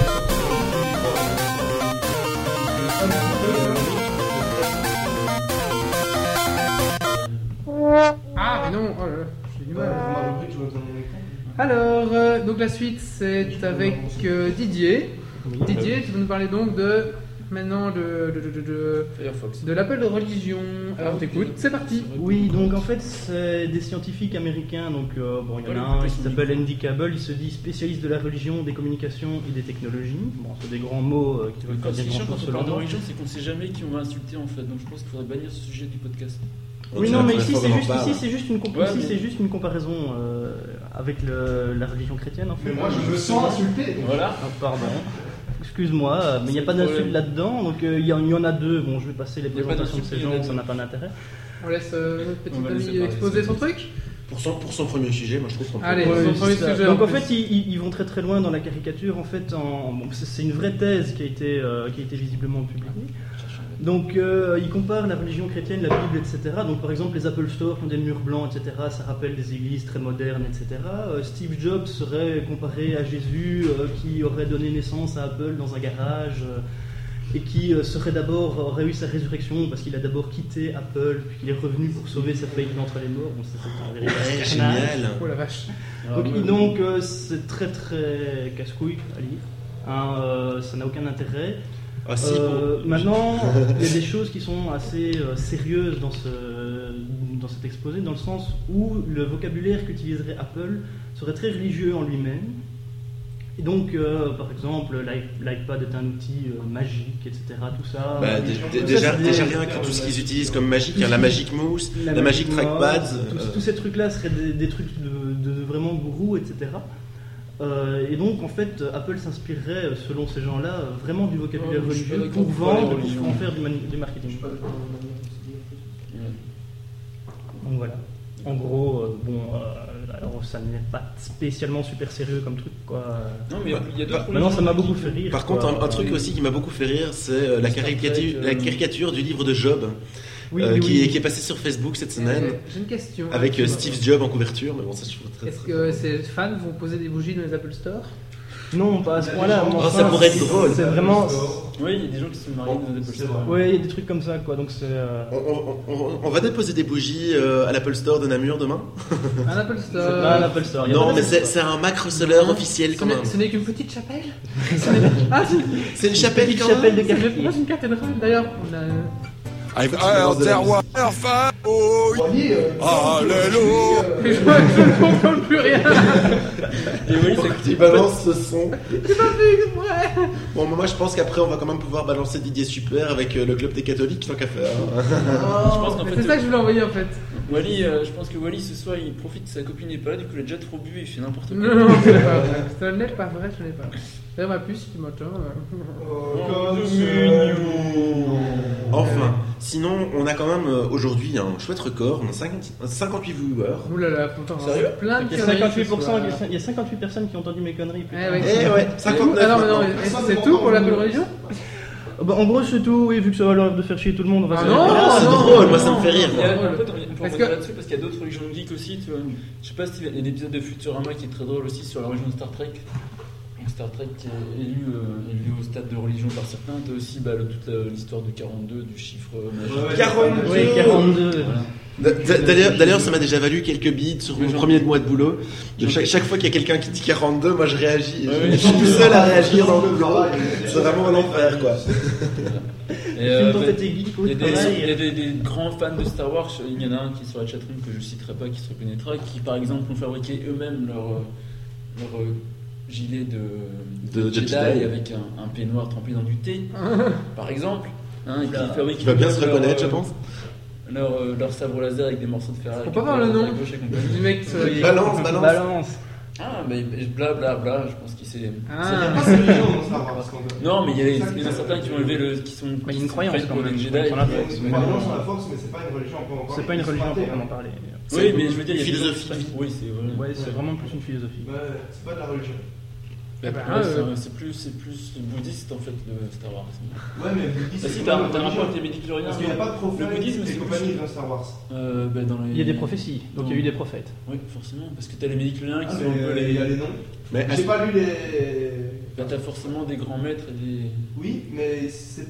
S1: Ah, mais non, oh là là, j'ai du
S5: Ouais,
S1: mal.
S5: dans ma rubrique, je vois dans mon écran.
S1: Alors, euh, donc la suite, c'est avec euh, Didier. Didier, tu vas nous parler donc de. Maintenant, de, de, de, de, de,
S2: Firefox.
S1: de l'appel de religion.
S2: Ah,
S1: Alors, t'écoutes, c'est parti.
S3: Oui, donc en fait, c'est des scientifiques américains. Donc, euh, bon, il y en a un qui s'appelle Andy Cable. Il se dit spécialiste de la religion, des communications et des technologies. Bon, c'est des grands mots euh, qui veulent pas
S2: Quand
S3: dire
S2: c'est chiant
S3: grand
S2: quand
S3: chose
S2: on parle
S3: selon moi.
S2: d'origine, c'est qu'on sait jamais qui on va insulter en fait, donc je pense qu'il faudrait bannir ce sujet du podcast.
S3: Oui,
S6: Tu
S3: non,
S6: vas
S3: mais
S6: faire
S3: ici,
S6: pas
S3: c'est
S6: vraiment
S3: juste,
S6: pas,
S3: ici,
S6: là.
S3: c'est juste une, comp-
S2: Ouais,
S3: ici,
S2: mais-
S3: c'est juste une comparaison euh, avec le- la religion chrétienne, en fait.
S5: Mais moi, je me sens insulté. donc-
S2: Voilà.
S3: Ah, pardon. Excuse-moi, euh, mais il n'y a
S2: C'est
S3: pas
S2: le
S3: d'insulte
S2: problème.
S3: là-dedans, donc euh, il y, en- il y en a deux. Bon, je vais passer les
S2: Il y a pas
S3: présentations de ces
S2: d'insulte, il y en
S3: gens,
S2: a
S3: ça
S2: deux.
S3: n'a pas d'intérêt.
S1: On laisse euh, notre petit
S2: On va laisser
S1: ami
S2: parler,
S1: exposer
S2: c'est
S1: son
S2: bon.
S1: truc.
S6: Pour son, pour son premier sujet, moi je trouve qu'on peut-
S1: Allez,
S3: Ouais,
S1: son
S3: c'est
S1: premier
S3: ça.
S1: sujet.
S3: Donc en
S1: plus.
S3: fait, ils, ils- ils vont très très loin dans la caricature. En fait, en- bon, c'est c'est une vraie thèse qui a été, euh, qui a été visiblement publiée. Donc euh, ils comparent la religion chrétienne, la Bible, etc. Donc par exemple, les Apple Store ont des murs blancs, etc. Ça rappelle des églises très modernes, etc. Euh, Steve Jobs serait comparé à Jésus euh, qui aurait donné naissance à Apple dans un garage. euh, et qui euh, serait d'abord aurait eu sa résurrection parce qu'il a d'abord quitté Apple puis qu'il est revenu pour sauver sa famille d'entre les morts. Bon, ça, c'est un véritable
S6: Ouais,
S3: carnage.
S6: génial.
S1: Oh la vache.
S3: Donc,
S2: Alors,
S3: donc, euh, c'est très très casse-couille à lire. Hein, euh, ça n'a aucun intérêt.
S6: Ah si,
S3: Euh,
S6: bon. <laughs>
S3: Maintenant, il y a des choses qui sont assez euh, sérieuses dans, ce, dans cet exposé, dans le sens où le vocabulaire qu'utiliserait Apple serait très religieux en lui-même. Et donc, euh, par exemple, l'i- l'iPad est un outil euh, magique, etc. Tout euh, ça.
S6: Bah, dé- dé- déjà, déjà rien que tout ce qu'ils utilisent comme magique, hein, la magique mousse, la, magique trackpad.
S3: tous-
S6: euh,
S3: Tous ces trucs-là seraient des, des trucs de, de vraiment gourou, etc. Euh, et donc, en fait, Apple s'inspirerait, selon ces gens-là, euh, vraiment du vocabulaire
S2: Ouais, Oh, je suis pas
S3: religieux
S2: d'accord
S3: pour
S2: pour parler
S3: vendre,
S2: religion.
S3: pour en faire du, mani- du marketing.
S5: Je sais pas de quoi on en est.
S3: Donc voilà. En gros, euh, bon, euh, alors ça n'est pas spécialement super sérieux comme truc, quoi.
S2: Non, mais il y a d'autres problèmes.
S3: Bah, Maintenant, ça m'a beaucoup fait rire.
S6: Par
S3: quoi.
S6: contre, un, un truc aussi qui m'a beaucoup fait rire, c'est euh, la,
S3: Star Trek,
S6: caricature,
S3: euh,
S6: la caricature du livre de Job.
S3: Oui,
S6: euh,
S3: oui,
S6: qui,
S3: oui.
S6: qui est passé sur Facebook cette
S1: Euh,
S6: semaine
S1: J'ai une question.
S6: avec euh,
S1: Excuse-moi.
S6: Steve Jobs en couverture. Mais bon, ça je trouve très.
S1: Est-ce
S6: très-
S1: que ces fans vont poser des bougies dans les Apple Store
S3: Non, pas à ce point-là. mais
S6: Oh, ça
S3: enfin,
S6: pourrait être
S3: c'est-
S6: drôle.
S3: C'est vraiment.
S2: Oui, il y a des gens qui se sont
S3: Oh,
S2: mariés dans des
S5: C'est
S2: posters.
S5: vrai.
S3: Ouais, il y a des trucs comme ça, quoi. Donc c'est. euh,
S6: On, on- on- on va déposer des bougies euh, à l'Apple Store de Namur demain
S1: Un Apple
S3: C'est
S1: Store
S3: pas un Apple Store. il y a pas
S6: Non, mais
S3: d'Apple
S6: c'est
S3: Store.
S6: c'est un Mac Receleur
S1: Non.
S6: officiel
S1: Ce
S6: quand
S1: n'est-
S6: même.
S1: Ce n'est qu'une petite chapelle
S2: <laughs>
S1: Ce n'est- Ah, c'est
S6: C'est une chapelle
S3: Petite
S6: quand même.
S3: chapelle de
S1: c'est-
S3: quartier.
S1: c'est pas une cathédrale d'ailleurs. On a... <laughs>
S6: Ah, écoute,
S7: Ah,
S6: tu me lances de la
S7: terroir, femme, oh,
S5: euh,
S7: Alléluia.
S1: je, je ne comprends plus
S2: <laughs>
S1: rien
S2: Et oui, c'est
S6: musique. Tu balances ce son.
S1: Ouais.
S6: Bon, moi je pense qu'après on va quand même pouvoir balancer Didier Super avec euh, le club des catholiques, tant qu'à faire.
S2: qu'en
S1: Mais
S2: fait,
S1: C'est ça
S2: euh,
S1: que je voulais envoyer en fait.
S2: Wally, euh, je pense que Wally ce soir il profite que sa copine n'est pas là, du coup il a déjà trop bu et il fait n'importe quoi.
S1: <laughs> Non, non, c'est pas vrai.
S6: <laughs>
S1: Ce n'est pas vrai, ce n'est pas vrai. D'ailleurs, ma puce qui m'entend. euh, <laughs>
S6: Enfin, sinon on a quand même euh, aujourd'hui un chouette record, on a 50 58 viewers.
S1: Ouh là là, pourtant, hein.
S6: Sérieux
S1: plein de
S3: Il y a
S1: conneries ce
S3: 58%, il y a
S1: soir.
S3: cin- il y a 58 personnes qui ont entendu mes conneries. putain.
S1: Eh ouais.
S6: Eh ouais, 59
S1: Ah non, mais non,
S6: maintenant.
S1: mais est-ce que c'est tout pour l'Apple
S6: Ah,
S1: Religion
S3: Bah, en gros, c'est tout. Oui, vu que ça va leur de faire chier tout le monde, on va
S1: Ah
S3: se-
S1: non,
S6: Ah, c'est
S1: non,
S6: drôle, moi
S1: non,
S6: ça me fait rire.
S2: Il y
S6: moi.
S2: a, en fait, on peut
S1: Parce
S2: revenir
S1: que-
S2: là-dessus parce qu'il y a d'autres religions geeks aussi, tu vois. Je sais pas si il y a l'épisode de Futurama qui est très drôle aussi sur la religion de Star Trek. Donc, Star Trek qui est élu, euh, élu au stade de religion par certains. T'as aussi bah, le- toute la- l'histoire de 42, du chiffre magique.
S5: Ouais.
S6: 42.
S3: Oui, 42.
S2: Voilà.
S6: D'a- d'a- D'ailleurs, d'ailleurs, ça m'a déjà valu quelques bides sur mon
S2: Mais j'en-
S6: premier mois de boulot. De chaque, chaque fois qu'il y a quelqu'un qui dit 42, moi je réagis.
S2: Ouais,
S6: je suis
S2: ouais.
S6: tout seul à réagir dans le boulot. C'est vraiment l'enfer quoi.
S2: Et,
S3: Film
S2: euh, bah,
S3: tentative geek,
S2: Il y a,
S3: au
S2: des,
S3: travail.
S2: il y a des- des grands fans de Star Wars, il y en a un qui est sur la chatroom que je citerai pas, qui se reconnaîtra, qui par exemple ont fabriqué eux-mêmes leur, euh, leur euh, gilet de,
S6: De- de
S2: Jedi,
S6: Jedi.
S2: avec un, un peignoir trempé dans du thé, par exemple. Hein, et qui
S3: Oula.
S2: fabriquent
S6: Tu vas bien se
S2: leur,
S6: reconnaître, je
S2: euh,
S6: pense.
S2: Leur, euh, leur sabre laser avec des morceaux de fer. à-
S1: Faut pas voir le nom.
S2: à gauche et compagnie.
S1: <laughs> Du mec, ça-
S3: Oui.
S6: Balance, balance.
S3: Balance.
S2: Ah, mais bla bla bla, je pense qu'il s'est.
S1: Ah.
S2: Non, mais il y, a- il y en a certains qui ont élevé le. qui sont.
S3: Mais il y a une
S2: qui sont
S3: croyance,
S2: faits pour
S3: quand même.
S2: des Jedi.
S3: Ils prennent la
S2: qui-
S3: force.
S2: Ouais.
S3: C'est pas une religion pour
S5: hein.
S3: en parler.
S2: Oui, mais je veux dire, il y a des gens qui
S6: Philosophie.
S2: prennent- Oui, c'est vrai.
S3: Ouais, c'est vraiment plus une philosophie.
S5: Bah, C'est pas de la religion.
S1: Eh ben,
S3: Ah,
S2: Ouais, c'est
S1: euh,
S2: un- c'est plus, c'est plus bouddhiste en fait le Star Wars.
S5: Ouais, mais le bouddhisme.
S2: Ah si,
S5: c'est
S2: t'as
S5: pas
S2: un t'as un
S5: de la
S2: rapport
S5: religion.
S2: avec les médicloriens
S5: Parce qu'il n'y a pas de prophète
S2: Le bouddhisme,
S5: et
S2: c'est
S5: compagnie
S2: plus-
S5: dans Star Wars.
S2: Euh, ben, dans les...
S3: Il y a des prophéties, donc il y a eu des prophètes.
S2: Oui, forcément, parce que t'as les médicloriens
S5: Ah,
S2: qui sont un
S5: mais,
S2: peu
S5: euh, Il
S2: les.
S5: y a les noms.
S6: Mais
S5: J'ai pas lu les.
S2: Ben, t'as forcément des grands maîtres et des.
S5: Oui, mais c'est.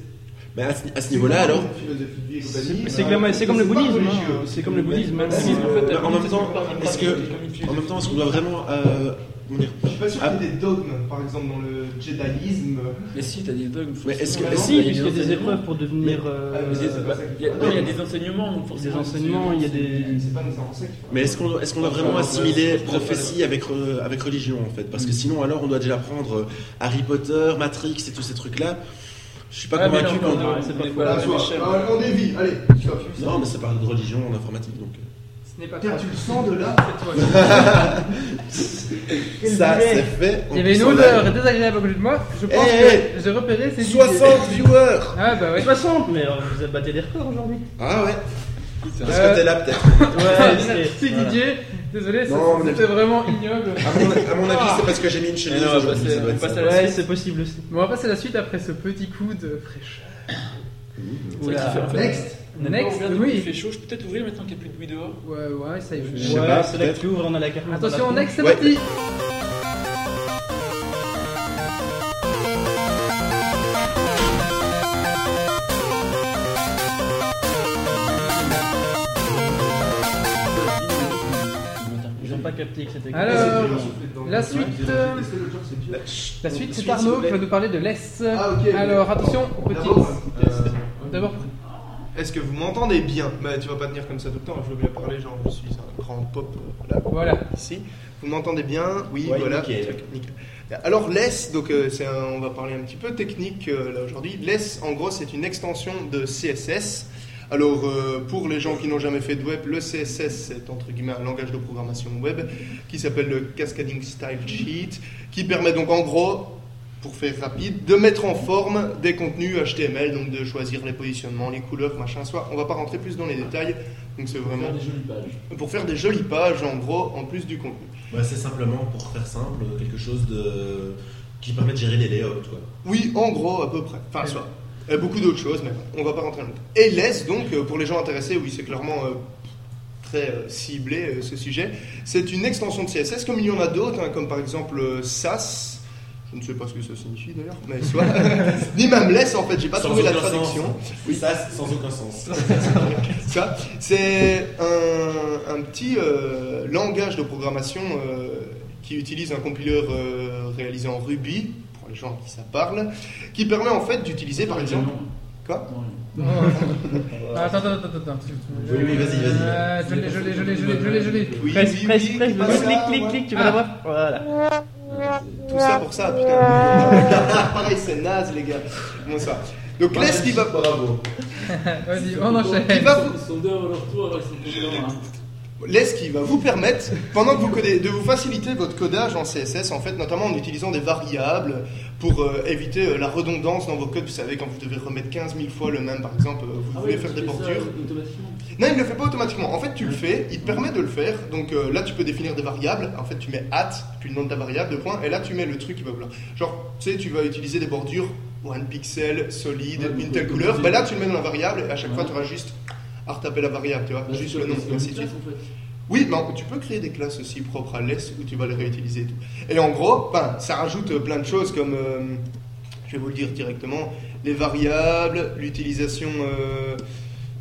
S6: Mais à ce, à ce niveau-là, alors,
S5: c'est philosophie de vie et compagnie,
S3: C'est c'est
S5: bah,
S3: clairement- c'est comme le
S5: pas
S3: bouddhisme. hein.
S5: religieux.
S3: C'est comme le bouddhisme.
S2: Même
S3: hein.
S2: si, en fait, t'as
S6: en
S2: plus- c'est
S6: même temps,
S2: comme une
S6: est-ce que-
S2: pratique, comme une
S6: en même temps,
S2: philosophie.
S6: est-ce qu'on doit vraiment. euh, comment dire
S5: Je suis pas sûr
S6: Ah.
S5: qu'il y ait des dogmes, par exemple, dans le jediisme.
S2: Mais si, t'as des dogmes.
S6: Mais est-ce que-
S2: forcément.
S5: Mais
S3: Si,
S2: Il y a
S3: puisqu'il y a des
S2: enseignements.
S3: épreuves pour devenir.
S5: Ah,
S3: euh,
S5: mais
S2: Il y a-
S5: c'est pas ça qui-
S2: il y a- non, il y a des enseignements, donc
S3: Des
S2: forcément.
S3: enseignements, il y a des.
S5: C'est pas nos ancêtres.
S6: Mais est-ce qu'on est qu'on doit vraiment assimiler prophétie avec, euh, avec religion en fait Parce que sinon, alors, on doit déjà prendre euh, Harry Potter, Matrix et tous ces trucs-là. Je suis pas
S2: Ah, mais
S6: convaincu
S2: non,
S6: qu'on.
S2: non,
S6: Non,
S2: non, c'est pas
S5: Ah,
S2: la
S5: tu
S2: même
S5: vois,
S2: échelle.
S5: ah, on dévie, allez, stop.
S6: mais c'est pas de religion en informatique donc. euh,
S1: Ce n'est pas
S5: Tiens,
S1: toi.
S5: tu le sens de là
S1: C'est toi.
S6: Ça, c'est fait.
S1: Il y avait une odeur désagréable à côté de moi. Je pense
S6: Eh,
S1: que j'ai repéré ces
S6: 60 viewers
S1: Ah bah <laughs> ouais.
S3: 60 Mais euh, vous avez batté des records aujourd'hui.
S6: Ah ouais Parce
S1: Euh,
S6: que t'es là peut-être.
S3: Ouais,
S1: C'est Didier. Désolé, c'est-
S6: Non, mais-
S1: c'était vraiment ignoble.
S6: À mon, à mon avis, c'est parce que j'ai mis une
S2: Mais Ah,
S6: chemise
S2: non, bah, on va
S6: aujourd'hui.
S2: passer-
S6: ça doit
S2: on
S6: être
S2: passe
S6: ça.
S2: à la-
S3: Ouais, c'est possible aussi.
S1: Bon, on va passer à la suite après ce petit coup de fraîcheur.
S2: C'est vrai qu'il fait- en fait,
S5: Next
S2: Next,
S1: Next,
S2: il
S1: oui.
S2: fait chaud, je peux peut-être ouvrir maintenant qu'il n'y a plus de bruit dehors.
S1: Ouais, ouais, ça y
S6: Je
S1: est.
S6: sais pas,
S3: Ouais, c'est là que
S6: peut-être.
S3: tu ouvres, on a la carte.
S1: Attention, next, c'est
S6: Ouais.
S1: parti.
S3: Ils ont pas capté que c'était.
S1: Alors, la
S5: C'est
S1: suite,
S5: dur,
S1: euh,
S5: c'est dur, c'est dur.
S1: La suite, c'est
S6: Suite, s'il
S1: Arnaud
S6: vous
S1: qui
S6: plaît.
S1: va nous parler de l'Est.
S5: Ah, ok.
S1: Alors, attention, Euh, au petit.
S5: D'abord, hein. un petit test.
S1: D'abord,
S5: Est-ce que vous m'entendez bien Bah, tu vas pas tenir comme ça tout le temps, je veux bien parler, genre je suis un grand pop euh, là, <laughs>
S1: voilà.
S5: ici. Vous m'entendez bien Oui,
S6: Ouais,
S5: voilà.
S6: nickel.
S5: Truc, nickel. Alors l'ES, donc euh, c'est un- on va parler un petit peu technique euh, là aujourd'hui. L'ES, en gros, c'est une extension de CSS. Alors euh, pour les gens qui n'ont jamais fait de web, le CSS c'est entre guillemets un langage de programmation web qui s'appelle le Cascading Style Sheet, qui permet donc en gros pour faire rapide, de mettre en forme des contenus HTML, donc de choisir les positionnements, les couleurs, machin, soit. On va pas rentrer plus dans les détails, donc c'est vraiment
S2: Faire des jolies pages.
S5: pour faire des jolies pages, en gros, en plus du contenu.
S6: Bah, c'est simplement, pour faire simple, quelque chose de... qui permet de gérer les layouts. Quoi.
S5: Oui, en gros, à peu près. Enfin, soit. Euh, beaucoup d'autres choses, mais on va pas rentrer dans le Et laisse donc, euh, pour les gens intéressés, oui, c'est clairement euh, très euh, ciblé euh, ce sujet. C'est une extension de CSS, comme il y en a d'autres, hein, comme par exemple euh, SAS. Je ne sais pas ce que ça signifie d'ailleurs,
S6: <laughs>
S5: mais soit. <laughs> Ni même laisse en fait, j'ai pas
S6: Sans
S5: trouvé la
S6: aucun sens.
S5: traduction.
S6: Oui, ça, sans aucun sens.
S5: Ça, c'est un, un petit euh, langage de programmation euh, qui utilise un compileur euh, réalisé en Ruby, pour les gens à qui ça parle, qui permet en fait d'utiliser par exemple. Quoi
S1: Ah, Attends, attends, attends, attends.
S6: Oui, oui, vas-y, vas-y.
S1: Euh, Je l'ai, je l'ai, je l'ai, je l'ai, je l'ai, je l'ai.
S5: Oui,
S3: Presse,
S5: oui,
S3: presse,
S5: oui,
S3: presse,
S5: pas
S3: vas-y,
S5: ça,
S3: clic, clic,
S5: ouais.
S3: clic, tu vas la voir. Voilà.
S5: Tout ça pour ça, putain. <laughs> Pareil, c'est naze, les gars. Bon, ça. Donc, laisse qui va.
S6: Bravo.
S5: Ah,
S1: Vas-y, on
S5: Qui
S1: enchaîne.
S5: va vous...
S2: Ils sont deux à leur tour, alors ils sont tous dans un.
S5: Laisse qui va vous permettre, pendant que vous codez, de vous faciliter votre codage en CSS, en fait, notamment en utilisant des variables pour euh, éviter euh, la redondance dans vos codes. Vous savez, quand vous devez remettre 15 000 fois le même, par exemple, euh, vous
S2: Ah
S5: voulez
S2: oui,
S5: faire
S2: tu
S5: des
S2: fais ça
S5: bordures.
S2: automatiquement.
S5: Non, il ne le fait pas automatiquement. En fait, tu le fais, il te permet de le faire. Donc euh, là, tu peux définir des variables. En fait, tu mets at, puis le nom de ta variable, de points, et là, tu mets le truc qui va vouloir. Genre, tu sais, tu vas utiliser des bordures, one pixel, solide,
S2: Ouais,
S5: une
S2: donc,
S5: telle
S2: comme
S5: couleur.
S2: tu dis.
S5: Bah là, tu le mets dans la variable, et à chaque
S2: Ouais.
S5: fois, tu auras juste à retaper la variable, tu vois,
S2: Bah,
S5: juste
S2: c'est
S5: le nom,
S2: c'est
S5: et ainsi de
S2: une
S5: suite.
S2: classe, en fait.
S5: Oui, mais tu peux créer des classes aussi propres à l'Est où tu vas les réutiliser. Et, tout. et en gros, ben, ça rajoute euh, plein de choses comme, euh, je vais vous le dire directement, les variables, l'utilisation euh,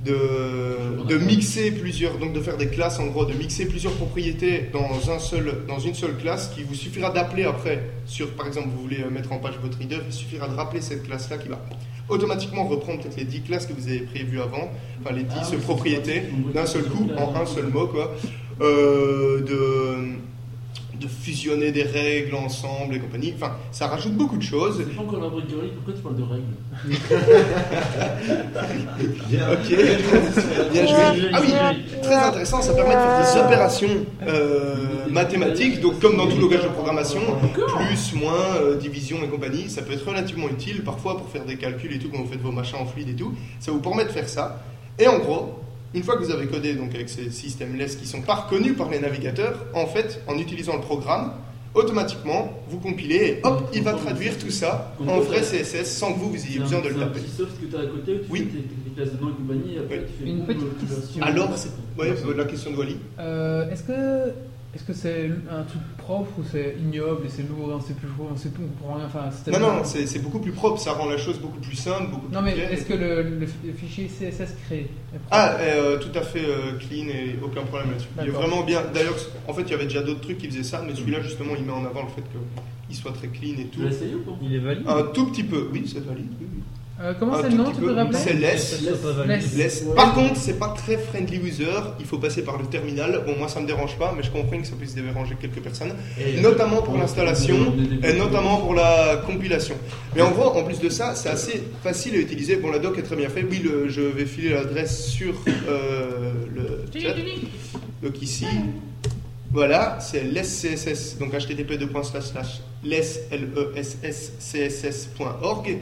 S5: de, de mixer plusieurs, donc de faire des classes en gros, de mixer plusieurs propriétés dans, un seul, dans une seule classe qui vous suffira d'appeler après. Sur, par exemple, vous voulez euh, mettre en page votre reader, il suffira de rappeler cette classe-là qui va automatiquement reprendre peut-être les 10 classes que vous avez prévues avant, enfin les 10
S2: Ah oui,
S5: propriétés
S2: c'est pratique.
S5: d'un seul coup, en un seul mot quoi. Euh, de, de fusionner des règles ensemble et compagnie. Enfin, ça rajoute beaucoup de choses.
S2: C'est pas encore la bricolerie, pourquoi tu parles de règles
S6: Bien.
S5: Ok, bien joué. Ah oui, très intéressant, ça permet de faire des opérations euh, mathématiques, donc comme dans tout langage de programmation, plus, moins, euh, division et compagnie, ça peut être relativement utile parfois pour faire des calculs et tout, quand vous faites vos machins en fluide et tout, ça vous permet de faire ça. Et en gros, une fois que vous avez codé donc avec ces systèmes LESS qui sont pas reconnus par les navigateurs, en fait, en utilisant le programme, automatiquement, vous compilez et hop, il va traduire tout ça en vrai CSS sans que vous, vous ayez
S2: C'est un-
S5: besoin de le
S2: c'est un
S5: taper.
S2: petit soft que t'as à côté, où tu
S5: Oui.
S2: fais tes- tes classes dedans et compagnie, et après
S5: Oui.
S2: tu fais
S1: Une
S2: boum,
S1: petite
S2: tu vas sur-
S1: question.
S5: Alors, c'est- Ouais, la question de Wally.
S1: Euh, Est-ce que est-ce que c'est un truc propre ou c'est ignoble et c'est lourd, on sait plus jouer, on sait plus, on comprend rien. Enfin, c'est
S5: Non,
S1: tellement-
S5: non, c'est c'est beaucoup plus propre, ça rend la chose beaucoup plus simple, beaucoup plus
S1: Non, mais
S5: claire.
S1: est-ce que le, le f- le fichier CSS créé est propre
S5: Ah, euh, tout à fait euh, clean et aucun problème là-dessus. Il est
S1: D'accord.
S5: vraiment bien. D'ailleurs, en fait, il y avait déjà d'autres trucs qui faisaient ça, mais celui-là, justement, il met en avant le fait qu'il soit très clean et
S2: Tu
S5: tout.
S2: l'as essayé ou pas
S3: Il est valide.
S5: Un tout petit peu, oui, c'est valide. oui, oui.
S1: Euh, Comment
S5: un
S1: c'est le
S5: tout
S1: nom
S5: petit
S1: Tu
S5: peu,
S1: peux rappeler
S5: c'est less.
S3: Ça, ça valide.
S1: Laisse.
S5: Laisse. Par contre, c'est pas très friendly user, il faut passer par le terminal. Bon, moi ça me dérange pas, mais je comprends que ça puisse déranger quelques personnes,
S2: euh,
S5: notamment pour l'installation et notamment pour la compilation. Mais en gros, en plus de ça, c'est assez facile à utiliser. Bon, la doc est très bien faite. Oui, le- je vais filer l'adresse sur euh, le chat. Donc ici, voilà, c'est lescss, donc http E lescsscss.org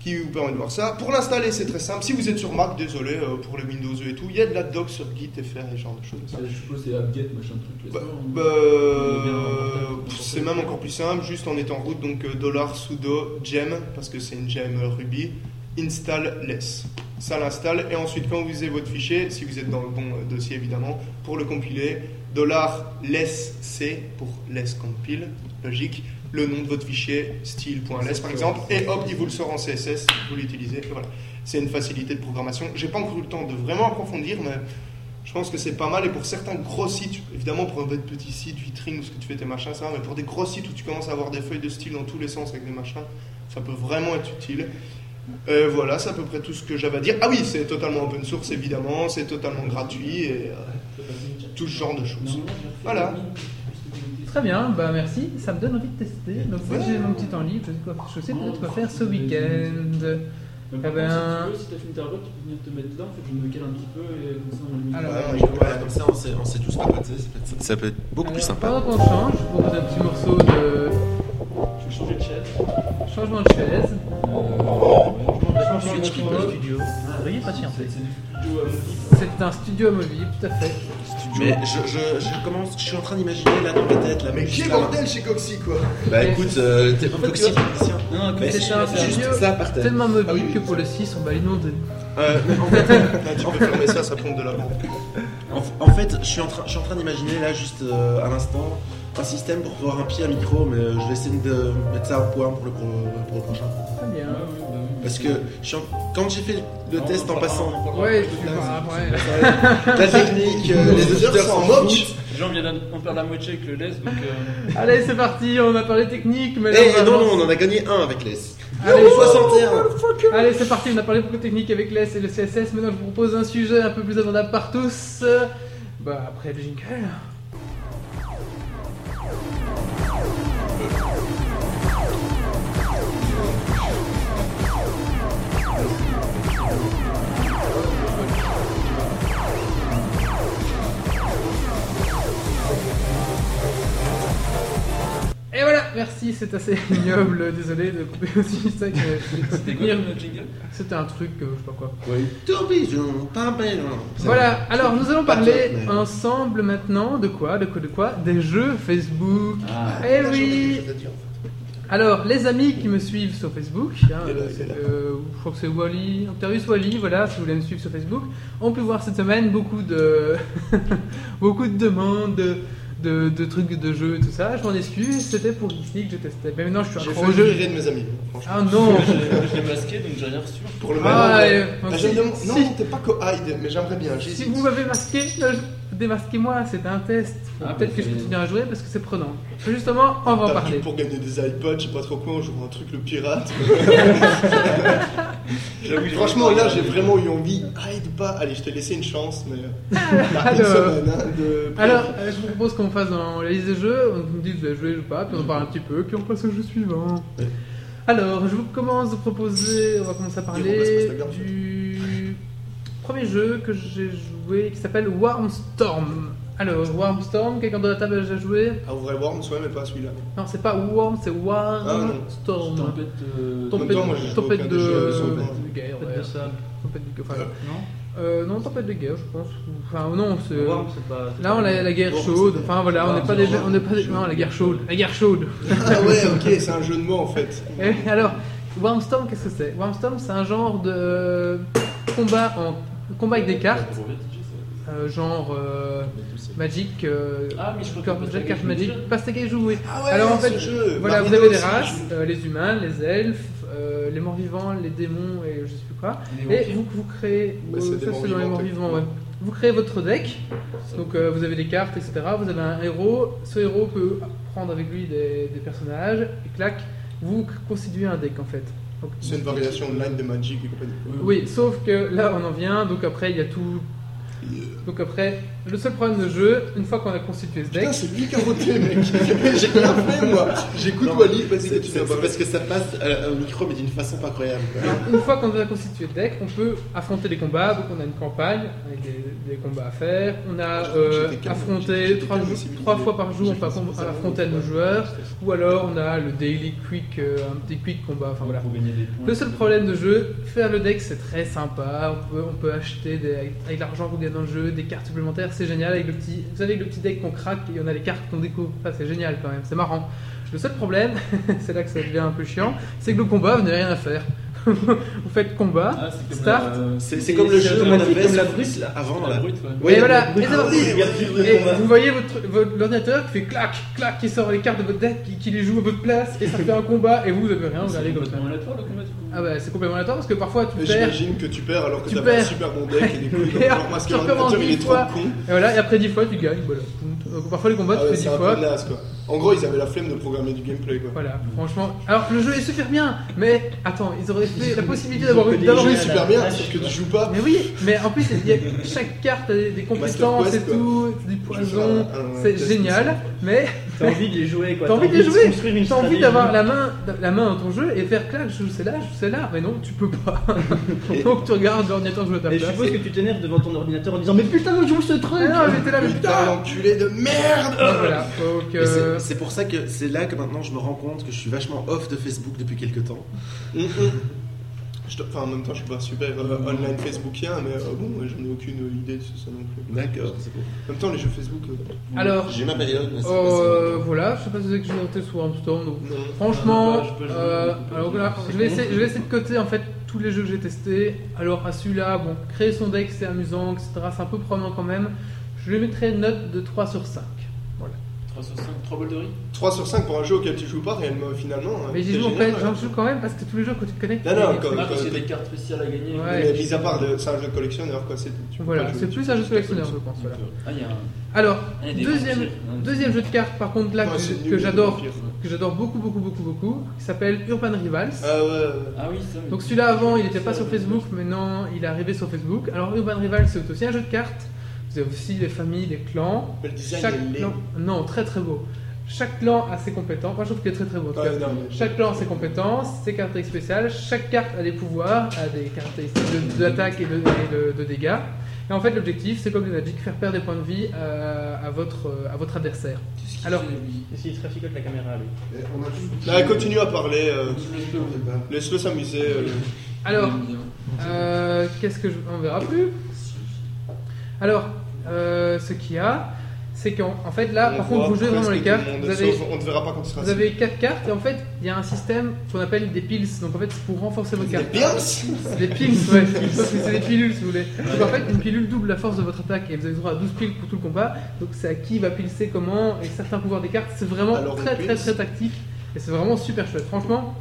S5: qui vous permet de voir ça. Pour l'installer, c'est très simple. Si vous êtes sur Mac, désolé euh, pour les Windows et tout, il y a de la doc sur Git et faire des genres de choses.
S2: Je suppose que c'est Upgate, machin truc.
S5: Bah,
S2: là, ça, on-
S5: bah, euh, c'est même encore plus simple, juste on est en route, donc euh, dollar sudo gem, parce que c'est une gem euh, Ruby, install less. Ça l'installe, et ensuite quand vous avez votre fichier, si vous êtes dans le bon euh, dossier évidemment, pour le compiler, dollar less c pour less compile, logique, le nom de votre fichier, style.less par exemple, et hop, il vous le sort en CSS, vous l'utilisez, et voilà. C'est une facilité de programmation. J'ai pas encore eu le temps de vraiment approfondir, mais je pense que c'est pas mal et pour certains gros sites, évidemment pour un petit site vitrine où ce que tu fais tes machins, ça va, mais pour des gros sites où tu commences à avoir des feuilles de style dans tous les sens avec des machins, ça peut vraiment être utile. Euh, voilà, c'est à peu près tout ce que j'avais à dire. Ah oui, c'est totalement open source évidemment, c'est totalement gratuit et euh,
S2: Je peux passer une chat.
S5: tout ce genre de choses.
S2: Normalement, j'ai refait
S5: Voilà.
S2: la mine, parce que t'as une
S1: Très bien, bah merci, ça me donne envie de tester. Donc si
S5: Ouais.
S1: j'ai mon petit temps libre, je sais quoi- je sais peut-être quoi faire ce week-end.
S2: Mais par
S1: Eh ben-
S2: contre, si tu veux, si t'as fini ta route, tu peux venir te mettre là, en fait, je me cale un petit peu et comme ça on limite.
S1: Alors,
S6: Ouais,
S5: j'ai
S6: ouais, comme ça, on sait, on sait tous papoter. Ça peut être, ça peut être beaucoup plus
S1: Alors, oh.
S6: sympa.
S1: Pendant qu'on change, je vous propose un petit morceau de
S2: Je vais changer de chaise.
S1: changement de chaise.
S2: Euh, ouais, je
S5: Oh,
S2: m'en vais.
S1: Changement de
S6: qui
S3: Le
S6: peut.
S3: studio.
S2: Ah,
S3: Veuillez patienter.
S2: euh,
S1: C'est un studio amovible, tout à fait.
S6: Mais je, je, je commence, je suis en train d'imaginer là dans ma tête là.
S5: Ah, Mais
S6: juste
S5: qui
S6: là.
S5: bordel chez Coxy quoi
S6: Bah écoute, euh, t'es
S2: En
S6: pas
S2: fait,
S6: toxique,
S2: tu
S6: tiens.
S2: Non,
S6: Mais
S2: comme
S6: c'est
S1: c'est un
S6: juste
S1: studio
S6: ça par terre.
S1: Tellement mobile
S5: Ah oui.
S1: que pour le 6, on va l'inonder.
S5: <laughs>
S6: Euh, mais en fait,
S5: Là, tu peux fermer ça, ça pompe de la banque.
S6: En, en fait, je suis en train, je suis en train d'imaginer là juste euh, à l'instant un système pour pouvoir un pied à micro, mais euh, je vais essayer de mettre ça au point pour le, pro- pour le prochain.
S1: Très bien.
S6: Parce que je suis en- quand j'ai fait le test en passant,
S2: Ah,
S1: Ouais, tu verras après.
S6: la technique, euh, les auditeurs s'en moquent.
S2: Jean vient d'en perdre la moitié avec le laisse,
S1: <laughs>
S2: donc. euh,
S1: Allez, c'est parti, on a parlé technique, mais là, on
S6: Et
S1: va
S6: Eh, non, non,
S1: avancer.
S6: on en a gagné un avec les.
S1: Allez,
S6: 61
S1: Allez, c'est parti, on a parlé beaucoup de technique avec l'ES et le CSS, maintenant je vous propose un sujet un peu plus abordable par tous. Euh, Bah, après le jingle. Et voilà, merci, c'est assez <laughs> ignoble, désolé de couper aussi ça que
S2: C'était quoi le jingle
S1: C'était un truc, euh, je sais pas quoi.
S6: Tourbillon, pimpillon.
S1: Voilà, alors nous allons parler
S6: Pas top, mais-
S1: ensemble maintenant de quoi De quoi De quoi Des jeux Facebook.
S2: Ah,
S1: eh
S5: Là, j'aurais des
S1: oui
S5: choses à dire, en
S1: Alors, les amis qui me suivent sur Facebook, hein,
S5: Il est là, il est
S1: c'est,
S5: Eh ben, là.
S1: euh, je crois que c'est Wally, Octarius Wally, voilà, si vous voulez me suivre sur Facebook, ont pu voir cette semaine beaucoup de, <laughs> beaucoup de demandes. De, de, de trucs de jeux et tout ça, je m'en excuse, c'était pour Geeks League que je testais. Mais maintenant je
S5: fait.
S1: suis
S5: J'ai
S1: un
S5: fait
S1: gros
S5: le
S1: jeu.
S5: viré de mes amis, franchement.
S1: Ah non
S2: Moi, je l'ai- je l'ai masqué donc j'ai rien reçu.
S5: Pour le
S1: Ah,
S5: même.
S1: ouais,
S5: Bah,
S1: donc
S5: j'ai
S1: si-
S5: demandé-
S1: si-
S5: Non, t'es pas co-hide, mais j'aimerais bien.
S1: Si
S5: J'hésite.
S1: vous m'avez masqué, euh, je- démasquez-moi, c'est un test. Faut
S2: Ah,
S1: Peut-être
S2: mais
S1: que je
S2: c'est-
S1: continue à jouer parce que c'est prenant. Justement, on va en
S5: T'as
S1: parler.
S5: pris pour gagner des iPods, je sais pas trop quoi, on joue un truc le pirate.
S2: J'avoue, j'ai-
S5: Franchement, là, j'ai vraiment eu envie. Hide pas. Allez, je t'ai laissé une chance, mais. T'as une
S1: Alors-
S5: semaine, hein, de.
S1: Alors, euh, je vous propose qu'on fasse dans la liste des jeux, on me dit vous avez joué ou pas, puis on en parle un petit peu, puis on passe au jeu suivant. Alors, je vous commence de proposer, on va commencer à
S5: on passe
S1: parler
S5: pas Instagram,
S1: du premier jeu que j'ai joué qui s'appelle Warmstorm. Alors, Warmstorm, quelqu'un de la table a déjà joué
S5: Ah, vous voulez voir, on mais pas celui-là.
S1: Non, c'est pas Warm, c'est
S2: Une
S5: Ah,
S1: Warmstorm.
S2: Tempête. euh,
S5: Tempête.
S1: Tempête,
S5: moi, j'ai joué
S1: tempête
S5: aucun
S1: de,
S5: des jeux de sauveur.
S1: de guerre,
S3: Faites
S1: ouais.
S3: de ça.
S1: Tempête de guerre, enfin,
S3: Non
S1: euh, non, tempête de guerre, je pense. Enfin, non, c'est.
S3: Warm, c'est pas. c'est
S1: Là, on
S3: pas-
S1: a la guerre
S5: Warm,
S1: chaude.
S5: c'est-
S1: Enfin, voilà, on n'est pas des. On n'est pas des. Non, la guerre chaude. La guerre chaude.
S5: Ah, ouais, ok, c'est un jeu de mots en fait.
S1: Eh, alors, Wormstorm, qu'est-ce que c'est Wormstorm, c'est un genre de combat en combat avec des cartes, euh, genre euh, Magic, euh,
S2: Ah, mais je crois que
S1: Carte-
S2: Pastèque
S1: Carte
S2: joue
S1: Magic,
S2: déjà.
S1: Pastèque et joué.
S5: Ah, ouais,
S1: Alors, en fait,
S5: ce jeu.
S1: Voilà, vous
S5: Marinos,
S1: avez des
S5: c'est un
S1: races,
S5: jeu.
S1: euh, les humains, les elfes, euh, les morts-vivants, les démons et je sais plus quoi. Et vous, vous créez.
S5: Bah,
S1: euh,
S5: c'est
S1: ça,
S5: des
S1: c'est dans les
S5: morts-vivants,
S1: morts-vivants,
S5: techniquement.
S1: ouais. Vous créez votre deck. Donc euh, vous avez des cartes, etc. Vous avez un héros. Ce héros peut prendre avec lui des, des personnages. Et clac, vous constituez un deck en fait. Donc,
S5: C'est une variation online de Magic et compagnie.
S1: oui, sauf que là on en vient. Donc après il y a tout. Donc après, le seul problème de jeu, une fois qu'on a constitué ce deck,
S5: Putain, c'est lui qui a voté, mec. <laughs> J'ai rien fait, moi. J'écoute
S6: Non,
S5: Wally, vas-y,
S6: C'est
S5: tu
S6: c'est
S5: viens pas.
S6: parce que ça passe euh, au micro, mais d'une façon pas croyable. quoi.
S1: une fois qu'on a constitué le deck, on peut affronter des combats. Donc on a une campagne avec des, des combats à faire. On a euh,
S5: J'étais calme,
S1: affronté
S5: j'étais
S1: trois,
S5: calme,
S1: jou-
S5: c'est
S1: trois
S5: humilié.
S1: fois par jour, on
S5: J'ai
S1: peut
S5: fait
S1: affron-
S5: ça, ça
S1: affronter un
S5: va,
S1: nouveau joueur. Ou alors on a le daily quick, euh, un petit quick combat. Enfin voilà.
S2: Pour gagner des points.
S1: Le seul problème de jeu, faire le deck c'est très sympa, on peut, on peut acheter des- avec, avec l'argent qu'on gagne dans le jeu des cartes supplémentaires, c'est génial, avec le petit, vous savez avec le petit deck qu'on craque et on a les cartes qu'on découvre, Enfin, c'est génial quand même, c'est marrant. Le seul problème, <laughs> c'est là que ça devient un peu chiant, c'est que le combat vous n'avez rien à faire. <laughs> vous faites combat,
S2: Ah, c'est comme
S1: Start.
S2: la-
S6: Euh, C'est c'est comme le jeu qu'on avait
S3: comme la
S6: sur-
S3: brute, là.
S6: avant
S2: la
S6: là.
S2: brute, ouais.
S1: et voilà, et c'est parti. Et
S3: combat.
S1: vous voyez votre, votre ordinateur qui fait clac, clac, qui sort les cartes de votre deck, qui, qui les joue à votre place, et ça fait un combat, et vous vous avez rien, vous allez
S2: C'est
S1: comme ça.
S2: complètement aléatoire le combat du coup.
S1: Ah bah c'est complètement aléatoire parce que parfois tu
S5: Mais
S1: perds,
S5: J'imagine que tu perds alors que
S1: Tu
S5: t'as un
S1: perds.
S5: super bon deck et
S1: <laughs>
S5: des couilles.
S1: Et
S5: Alors, parce que
S1: tu recommences
S5: l'ordinateur, il est
S1: dix
S5: trop
S1: fois.
S5: con.
S1: Et voilà, et après 10 fois, tu gagnes. Voilà. Donc, parfois, les combats,
S5: Ah
S1: tu
S5: ouais,
S1: fais
S5: c'est
S1: 10
S5: un peu
S1: fois.
S5: naze, quoi. En gros, ils avaient la flemme de programmer du gameplay, quoi.
S1: Voilà, franchement. Alors, le jeu est super bien, mais attends, ils auraient fait la possibilité d'avoir
S3: ont
S1: une.
S3: fait
S5: Le
S1: d'avoir
S5: jeu est
S1: une-
S3: à la
S5: super bien,
S3: vache,
S5: sauf que tu
S3: quoi.
S5: joues pas.
S1: Mais oui, mais en plus, il y a, chaque carte a des, des compétences
S5: Quest,
S1: et
S5: quoi.
S1: tout, du
S5: Je vais
S1: poison,
S5: faire un- un
S1: c'est
S5: test
S1: génial, mais
S3: T'as envie de les jouer quoi.
S1: t'as envie de les jouer,
S3: construire une
S1: t'as envie
S3: stratégie.
S1: d'avoir la main, la main dans ton jeu et faire clac, je joue celle-là, je joue celle-là, mais non, tu peux pas. Donc, tu regardes l'ordinateur jouer à ta
S3: Et
S1: place.
S3: je suppose que tu t'énerves devant ton ordinateur en disant Mais putain, joue ce
S1: Ah
S3: truc
S1: non, mais t'es là, mais
S5: Putain,
S1: putain!
S5: l'enculé de merde
S1: Voilà, donc.
S6: Et c'est-
S1: euh,
S6: C'est pour ça que c'est là que maintenant je me rends compte que je suis vachement off de Facebook depuis quelques temps.
S5: Mm, mm. Je dois- Enfin, en même temps, je suis pas super euh,
S1: Mm.
S5: online facebookien, mais euh, bon, moi, j'en ai aucune euh, idée de ce ça non plus.
S6: D'accord, c'est cool.
S5: En même temps, les jeux Facebook. euh,
S1: Alors,
S6: J'ai ma période, mais c'est
S1: euh, voilà, je sais pas si vous avez que j'ai noté sous Armstrong. donc
S5: non.
S1: Franchement,
S2: Ah, je peux jouer.
S1: euh, alors voilà, je vais essayer, je vais essayer de côté en fait tous les jeux que j'ai testés. Alors à celui-là, bon, créer son deck c'est amusant, etc. C'est un peu prenant quand même. Je lui mettrai une note de 3 sur 5.
S2: 3 sur 5, 3 bols de riz
S5: 3 sur 5 pour un jeu auquel tu joues pas réellement, finalement. euh,
S1: Mais j'y
S5: c'est
S1: joue en fait,
S5: génial,
S1: j'en
S5: ouais.
S1: joue quand même parce que tous les jeux que tu connais.
S5: Non, non,
S1: tu-
S5: comme-
S2: Ah, parce qu'il y a des cartes spéciales à gagner.
S1: Ouais.
S5: Mais mis à part, le- c'est un jeu de collectionneur, quoi. c'est- tu peux pas
S1: Voilà,
S5: jouer
S1: c'est plus un jeu de
S5: dessus.
S1: collectionneur, je pense. voilà.
S2: Ah, il y a un.
S1: Alors,
S2: il y a des
S1: deuxième,
S2: vampires. Hein.
S1: deuxième jeu de cartes par contre là
S5: Ouais, c'est
S1: que,
S5: nul,
S1: que
S5: les
S1: j'adore,
S5: vampires.
S1: que j'adore beaucoup, beaucoup, beaucoup, beaucoup, qui s'appelle Urban Rivals.
S5: Ah ouais, ouais.
S2: Ah oui, ça. oui.
S1: Donc celui-là avant, il n'était pas sur Facebook, maintenant il est arrivé sur Facebook. Alors Urban Rival, c'est aussi un jeu de cartes. Vous avez aussi les familles, les clans.
S5: Mais le design,
S1: Chaque
S5: il est
S1: clan, non, très très beau. Chaque clan a ses compétences. Moi, je trouve qu'il est très très beau. en tout
S5: Ouais,
S1: cas.
S5: non, mais-
S1: Chaque clan a ses compétences, ses caractéristiques spéciales. Chaque carte a des pouvoirs, a des caractéristiques de- d'attaque et, de, et de- de dégâts. Et en fait, l'objectif, c'est comme le Magic, faire perdre des points de vie à, à votre, à votre adversaire.
S2: Qu'est-ce qu'il
S1: Alors-
S2: fait, lui
S3: Essayez de traficoter la caméra, lui.
S6: Eh,
S8: On a tous.
S5: Là, Bah, continue à parler, euh,
S2: Je le peux.
S5: laisse-le s'amuser. euh,
S1: Alors,
S2: Il aime
S1: Euh, qu'est-ce que je. On verra plus. Alors, euh, ce qu'il y a, c'est qu'en en fait, là,
S5: on
S1: par
S5: voit
S1: contre, vous jouez vraiment
S5: presque
S1: les
S5: tout le
S1: cartes.
S5: monde,
S1: Vous avez,
S5: sauf on ne verra pas quand tu seras
S1: vous avez quatre cartes, et en fait, il y a un système qu'on appelle des piles. Donc, en fait, c'est pour renforcer vos cartes.
S5: bien
S1: Des piles, ouais. Sauf que c'est des pilules, si vous voulez. Donc, en fait, une pilule double la force de votre attaque, et vous avez droit à 12 piles pour tout le combat. Donc, c'est à qui va pilser comment, et certains pouvoirs des cartes. C'est vraiment
S5: Alors,
S1: très,
S5: des
S1: très,
S5: piles.
S1: très tactique, et c'est vraiment super chouette. Franchement,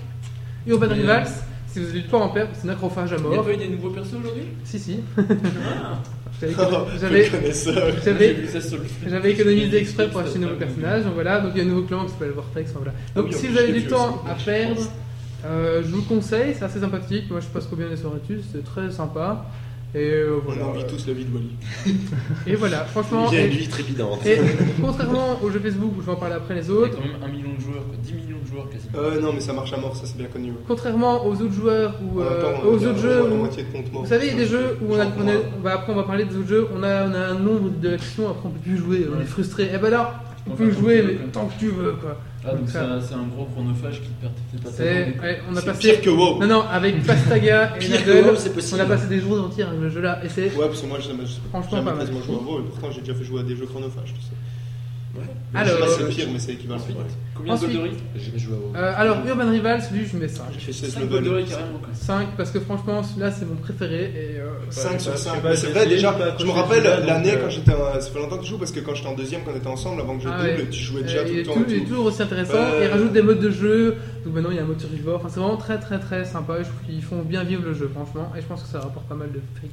S1: Urban
S2: Mais-
S1: Rivals, si vous n'êtes pas en perte, c'est un acrophage à
S2: Il y a
S1: mort.
S2: pas eu des nouveaux persos
S1: <laughs>
S2: aujourd'hui
S1: Si, si.
S2: Ah,
S1: J'avais-
S5: Je
S1: J'avais
S5: connais ça.
S2: J'ai
S1: j'avais-
S2: vu ça sur le film.
S1: j'avais économisé exprès pour
S2: Ça,
S1: acheter un nouveau
S2: ça, ça,
S1: personnage, donc voilà, donc il y a un nouveau clan qui s'appelle Vortex, enfin voilà. Donc
S5: Ah oui,
S1: si
S5: en
S1: vous
S5: plus,
S1: avez
S5: je l'ai
S1: du
S5: vu
S1: temps
S5: aussi.
S1: à perdre, euh, je vous le conseille, c'est assez sympathique, moi je passe trop bien les soirées dessus, c'est très sympa. Et euh,
S5: On
S1: voilà.
S5: envie tous la vie de Wally.
S1: Et voilà, franchement.
S6: Bien
S1: Et,
S6: lui, trépidante.
S1: et contrairement aux jeux Facebook, je vais en parler après les
S2: Il y a
S1: autres,
S2: quand même un million de joueurs, quoi. 10 millions de joueurs quasiment.
S5: Euh, non, mais ça marche à mort, ça c'est bien connu. ouais.
S1: contrairement aux autres joueurs ou
S5: En même
S1: euh,
S5: temps, on
S1: aux
S5: a
S1: autres
S5: la-
S1: jeux
S5: on a la
S1: où
S5: moitié de compte mort.
S1: Vous savez, il y a des jeux où on a,
S5: Genre,
S1: on a- on va- après on va parler des autres jeux, on a, on a un nombre d'actions, après on peut plus jouer, on
S2: Ouais.
S1: est frustré. Eh ben alors, tu
S2: On
S1: peux
S2: va
S1: jouer
S2: continuer,
S1: mais
S2: quoi.
S1: tant que tu veux quoi.
S2: Ah, donc
S1: Donc
S2: c'est
S1: ça-
S2: un- c'est un gros chronophage qui te perd tes patates.
S1: C'est, ouais, on a
S5: c'est pire
S1: passé,
S5: que WoW.
S1: non non,
S5: <laughs>
S1: avec Pastaga et
S6: Pire que
S1: Nadel,
S6: WoW, c'est
S1: euh, on a
S6: possible.
S1: passé des jours entiers avec le jeu là, et c'est
S5: Ouais, parce que moi jamais,
S1: Franchement,
S5: jamais
S1: pas mal.
S5: quasiment joué à WoW, et pourtant j'ai déjà fait jouer à des jeux chronophages, tu sais.
S1: alors.
S5: Je sais pas si c'est pire, mais c'est équivalent.
S6: Ensuite,
S2: Combien de bols de riz
S6: J'ai joué à WoW.
S1: euh, alors Urban Rival, celui je mets 5.
S5: J'ai fait 16
S2: 5 bols de riz
S5: levels.
S2: carrément. quoi.
S1: 5 parce que franchement celui-là c'est mon préféré et euh,
S5: 5 sur
S3: je sais
S5: 5.
S3: pas,
S5: c'est
S3: j'ai
S5: vrai,
S3: essayé,
S5: déjà,
S3: j'ai pas
S5: je me
S3: accroché
S5: rappelle
S3: celui-là, donc,
S5: l'année
S3: euh,
S5: quand j'étais. un- Ça fait longtemps que je joue parce que quand j'étais en deuxième, qu'on était ensemble, avant que je
S1: Ah
S5: double,
S1: ouais.
S5: tu jouais
S1: euh,
S5: déjà tout
S1: il,
S5: le
S1: est
S5: temps.
S1: tout-
S5: et
S1: il est
S5: tout. Euh,
S1: toujours aussi intéressant
S5: Ouais.
S1: et rajoute des modes de jeu. Donc maintenant il y a un mode survivor, enfin c'est vraiment très très très sympa. et Je trouve qu'ils font bien vivre le jeu franchement et je pense que ça rapporte pas mal de fric.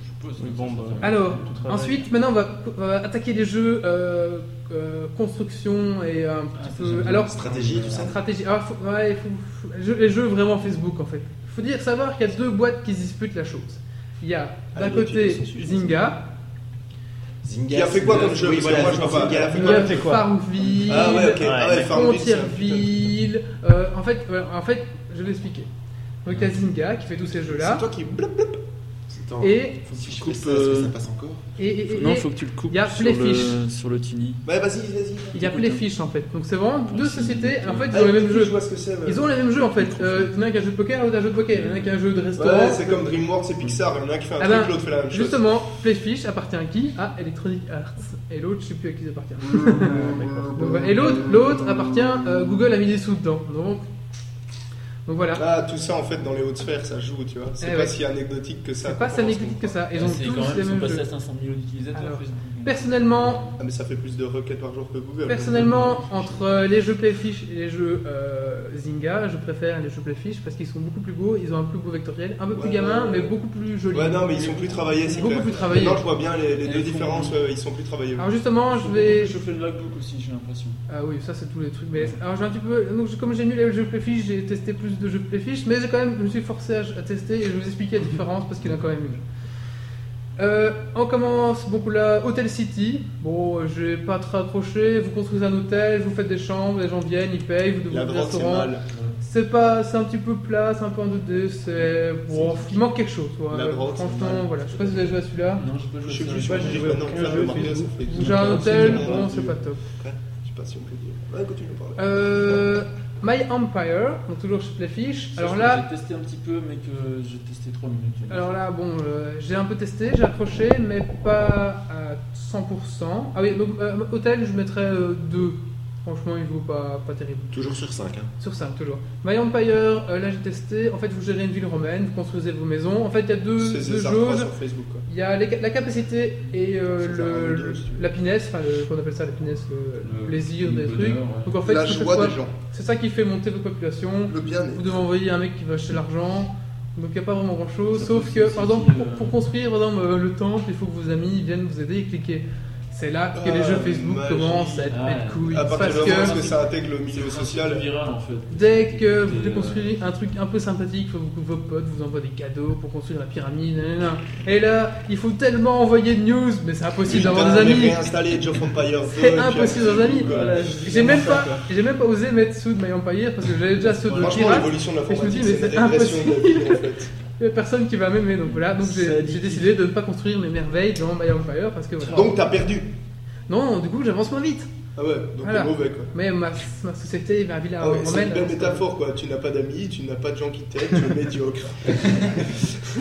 S2: Je suppose.
S3: Oui, bon, bah.
S1: Alors,
S3: Tout travail.
S1: ensuite, maintenant, on va, on va attaquer les jeux euh, euh, construction et un petit
S2: Ah, ça, j'aime
S1: peu.
S2: bien.
S1: Alors,
S6: Stratégie, tout ça.
S1: stratégie. Alors, faut- ouais, faut- faut- les, jeux, les jeux vraiment Facebook, en fait. Il faut dire, savoir qu'il y a deux boîtes qui se disputent la chose. Il y a d'un
S5: Allez,
S1: côté
S5: tu te sens-
S1: Zynga,
S6: Zynga.
S5: Qui a fait quoi
S6: c'est-
S5: comme jeu
S6: euh, Oui,
S5: Parce que
S6: voilà,
S5: moi, je vois pas.
S6: Zynga.
S3: Zynga,
S1: Zynga
S3: fait quoi
S1: Farmville,
S5: Ah ouais, ok. Ah ouais,
S3: Ouais.
S5: Farmville, c'est un putain de-
S1: Frontierville. euh, en, fait, voilà, en fait, je vais l'expliquer. Donc, il y a Zynga qui fait tous ces
S5: C'est
S1: jeux-là.
S5: toi qui blop, blop.
S6: Attends,
S1: Et,
S6: faut que
S2: Si
S6: je
S2: je
S6: coupe
S2: coupe,
S6: ça, est-ce que
S2: euh,
S6: ça passe encore
S1: et, et, et-
S2: Non, faut que tu le coupes
S1: Il y a
S2: sur,
S1: Playfish.
S2: le, sur le Tini.
S5: Ouais, vas-y, vas-y.
S1: il y a Playfish en fait. Donc, c'est vraiment deux sociétés. En fait, ils
S5: Ah,
S1: ont les mêmes
S5: je
S1: jeux.
S5: vois ce que c'est, ouais.
S1: Ils ont les mêmes jeux en fait. Euh, il y en a qui a un jeu de poker, l'autre un jeu de poker. Il y en a qui a un jeu de restaurant.
S5: Ouais, c'est comme DreamWorks et Pixar, il y en a un qui fait un
S1: Ah ben,
S5: truc, l'autre fait la même chose.
S1: Justement, Playfish appartient à qui À Electronic Arts. Et l'autre, je sais plus à qui ça appartient. Donc, voilà. et l'autre, l'autre appartient. euh, Google a mis des sous dedans. Donc, donc voilà.
S5: Ah, tout ça en fait dans les hautes sphères, ça joue, tu vois. C'est
S1: Eh
S5: pas
S1: ouais.
S5: si anecdotique que ça.
S1: C'est pas si anecdotique que ça. Ils ont
S2: Ah, C'est quand
S1: tous
S2: même,
S1: les
S2: ils sont
S1: mêmes
S2: passés à
S1: jeux.
S2: 500 000 utilisateurs
S1: Alors,
S2: Facebook. donc.
S1: Personnellement,
S5: Ah, mais ça fait plus de requêtes par jour que Google.
S1: personnellement, entre euh, les jeux Playfish et les jeux euh, Zynga, je préfère les jeux Playfish parce qu'ils sont beaucoup plus beaux. Ils ont un plus beau vectoriel, un peu plus
S5: Ouais,
S1: gamin,
S5: ouais,
S1: mais
S5: ouais.
S1: beaucoup plus joli.
S5: Ouais, non, mais ils sont plus travaillés, c'est
S1: Beaucoup
S5: clair.
S1: plus travaillés.
S5: Non, je vois bien les, les
S2: Et
S5: deux
S2: ils font-
S5: différences, ouais, ils sont plus travaillés.
S1: Alors justement, je
S2: Beaucoup
S1: vais,
S2: plus chauffé le logbook aussi, j'ai l'impression.
S1: Ah oui, ça c'est tous les trucs. Mais alors j'ai un petit peu. Donc, je- comme j'ai mis les jeux Playfish, j'ai testé plus de jeux Playfish, mais j'ai quand même, je me suis forcé à, à tester et je vais vous expliquer la différence parce qu'il y en a quand même une. Euh, on commence beaucoup là, Hotel City. Bon, euh, j'ai pas trop accroché. Vous construisez un hôtel, vous faites des chambres, les gens viennent, ils payent, vous
S5: La
S1: devez des
S5: drogue, c'est
S1: restaurants.
S5: mal.
S1: C'est pas, c'est un petit peu plat, c'est un peu en 2D. C'est bon, il manque quelque chose. Quoi.
S5: La drogue, c'est
S1: Franchement,
S5: mal.
S1: voilà. Je sais pas si vous avez joué à celui-là.
S2: Non, j'ai pas
S5: Je
S2: joué
S5: sais
S2: à ça.
S5: plus, je sais pas, j'ai dit, ouais, non, ça me marquait, ça fait-
S1: J'ai un hôtel,
S5: c'est
S1: bon,
S5: mal.
S1: c'est pas top.
S5: Je sais pas si on peut dire. Ouais, continue de parler.
S1: Euh, My Empire, donc toujours chez Playfish. Alors là,
S2: J'ai testé un petit peu, mais que j'ai testé 3 minutes.
S1: alors là, bon, euh, j'ai un peu testé, j'ai accroché, mais pas à 100%. Ah oui, donc euh, hôtel, je mettrais 2. Franchement, il vaut pas, pas terrible.
S9: Toujours sur 5.
S6: hein.
S1: Sur 5, toujours. My Empire, euh, là j'ai testé. En fait, vous gérez une ville romaine, vous construisez vos maisons. En fait, il y a deux,
S5: C'est
S1: deux
S5: c'est ça, je crois,
S1: choses.
S5: sur Facebook. Quoi.
S1: Il y a les ca- la capacité et euh,
S5: C'est ça,
S1: le,
S5: un dos,
S1: le-
S5: si tu veux.
S1: la pinesse, enfin, le- qu'on appelle ça la pinesse, le,
S2: Le-
S1: plaisir
S2: le
S1: des
S2: bonheur,
S1: trucs.
S2: ouais.
S1: Donc en fait,
S6: La
S1: c'est
S6: joie
S1: quoi
S6: des gens,
S1: c'est ça qui fait monter votre population.
S6: le bien-être.
S1: Vous devez envoyer un mec qui va acheter l'argent. Donc il n'y a pas vraiment grand chose.
S2: Ça
S1: Sauf
S2: peut
S1: que,
S2: aussi,
S1: par exemple,
S2: euh,
S1: pour, pour construire par exemple, euh, le temple, il faut que vos amis viennent vous aider et cliquer. C'est là que les
S6: Ah,
S1: jeux Facebook
S6: magie.
S1: commencent à être
S2: Ah,
S1: bêtes couilles.
S5: À partir
S1: Parce
S5: du moment
S1: que
S5: où est-ce que ça intègre le milieu
S2: social
S5: social,
S2: viral en fait.
S1: Dès que vous
S2: Et,
S1: voulez
S2: euh,
S1: construire un truc un peu sympathique, faut que vos potes vous envoient des cadeaux pour construire la pyramide. nanana. Et là, il faut tellement envoyer de news, mais c'est impossible d'avoir des
S5: Putain, mais
S1: amis.
S5: réinstaller Age of Empires 2, et
S1: <laughs> C'est
S5: puis
S1: impossible d'avoir des amis.
S5: Google.
S1: Voilà, J'ai même pas, j'ai même pas osé mettre ceux de My Empire parce que j'avais déjà ceux de
S5: Franchement,
S1: Pirate.
S5: l'évolution de
S1: Et je
S5: l'informatique,
S1: me dis, mais
S5: c'est la
S1: c'est
S5: dépression de la vie en fait.
S1: Il y a personne qui va m'aimer, donc voilà. Donc j'ai
S3: C'est
S1: j'ai décidé de ne pas construire mes merveilles dans My Empire parce que voilà.
S5: Donc t'as perdu.
S1: Non, du coup, j'avance moins vite.
S5: Ah ouais, donc
S1: Voilà.
S5: t'es mauvais quoi.
S1: Mais ma, ma société, ma ville
S5: Ah ouais, c'est
S1: romaine.
S5: une belle métaphore quoi. Tu n'as pas d'amis, tu n'as pas de gens qui t'aident, tu es <laughs> médiocre. Tu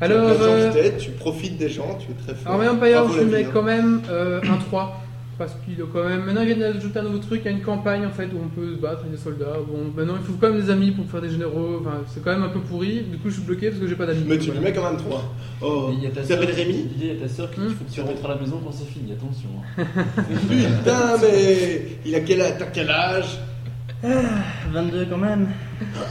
S5: as
S1: Alors.
S5: plein de gens
S1: euh,
S5: qui t'aident, tu profites des gens, tu es très fort.
S1: Alors, My Empire,
S5: Bravo,
S1: je
S5: la
S1: lui
S5: vie,
S1: mets
S5: hein.
S1: quand même euh, un 3. Parce qu'il a quand même. Maintenant, ils viennent d'ajouter un nouveau truc. Il y a une campagne en fait où on peut se battre avec des soldats. Bon, maintenant, il faut quand même des amis pour faire des généraux. Enfin, c'est quand même un peu pourri. Du coup, je suis bloqué parce que j'ai pas d'amis.
S5: Mais tu lui
S1: Voilà.
S5: mets quand même 3.
S9: Oh,
S2: Il y a ta
S9: tu
S2: sœur-
S9: t'appelles Rémi
S2: Il y a ta sœur qui dit
S1: euh, Hmm.
S2: faut que tu rentres à la maison quand c'est fini, attention. hein.
S5: Putain, mais il a quel âge T'as quel âge
S3: 22 quand même.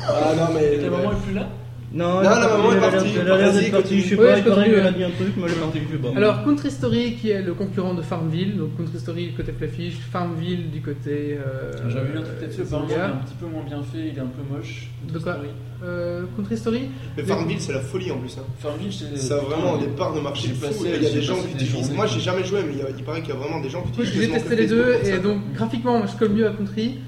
S5: Ah non, mais.
S2: Et ta maman est plus là
S3: Non,
S5: Non, la maman est partie.
S3: Elle a l'air
S5: Vas-y,
S3: d'être partie.
S5: continue.
S3: Je sais
S1: Ouais,
S3: pas,
S1: je
S3: il paraît
S1: continue,
S3: qu'elle a
S1: ouais.
S3: dit un truc, mais elle est partie.
S1: Alors, Country Story qui est le concurrent de Farmville. Donc, Country Story du côté Playfish, Farmville du côté. euh,
S2: Ah,
S5: Ah,
S2: J'avais vu un truc là-dessus,
S1: euh,
S2: apparemment il est
S1: Zynga.
S2: un petit peu moins bien fait, il est un peu moche.
S1: De quoi Euh, Country Story
S5: Mais Farmville, c'est la folie en plus. hein.
S2: Farmville, c'est.
S5: Ça a vraiment des parts de marché
S2: Euh, J'ai
S5: fou.
S2: passé-
S5: Il y a
S2: j'ai
S5: des gens
S2: passé
S5: qui
S2: des
S5: utilisent.
S2: journées.
S5: Moi, j'ai jamais joué, mais il, y a- il paraît qu'il y a vraiment des gens qui
S1: Oui,
S5: utilisent.
S1: j'ai
S5: quasiment
S1: testé
S5: que
S1: les deux
S5: Facebook pour
S1: et
S5: ça.
S1: donc graphiquement moi, je colle mieux à Country.